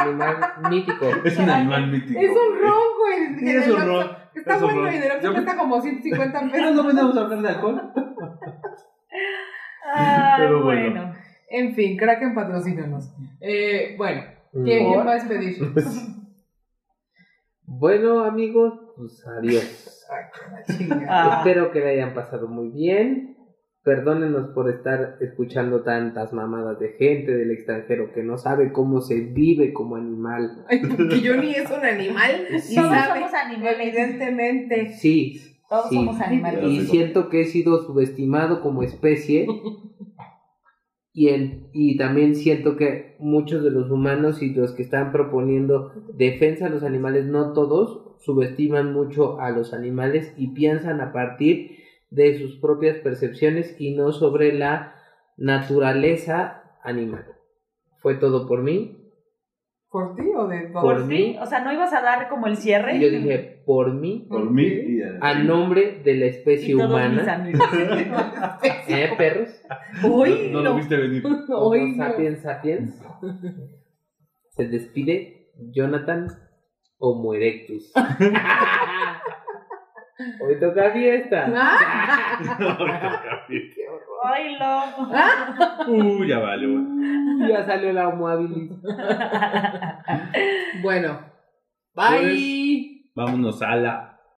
animal mítico. es un animal mítico. Es un güey. ron, güey. eh, Sí, es un ron. Que Está Es un bueno ron. y de repente Yo- cuesta como 150 Pero pesos. no podemos hablar de alcohol. Ah, Pero bueno. bueno. En fin, Kraken patrocínanos. Eh, bueno, Mm. ¿quién, quién va a despedir? Bueno, amigos, pues adiós. Chinga. Ah. Espero que le hayan pasado muy bien. Perdónenos por estar escuchando tantas mamadas de gente del extranjero que no sabe cómo se vive como animal. Ay, porque yo ni es un animal. Y Sí. Todos sabe, somos animales. evidentemente. Sí, Todos sí. somos animales. y siento que he sido subestimado como especie y, el, y también siento que muchos de los humanos y los que están proponiendo defensa a los animales, no todos, subestiman mucho a los animales y piensan a partir de sus propias percepciones y no sobre la naturaleza animal. Fue todo por mí. ¿Por ti o de todos? Por Por mí. ti, o sea, no ibas a dar como el cierre. Y yo dije, por mí, Por mí y ya. a nombre de la y especie todos mis humana. amigos. ¿Eh, perros? Uy, no, no. lo viste venir. Homo Hoy no. sapiens sapiens. Se despide Jonathan Homo erectus. Hoy toca fiesta. Ah, Uy, Ay, loco. ya vale, güey. Ya salió la Homo habilis. Bueno. Bye. Pues, Vámonos a la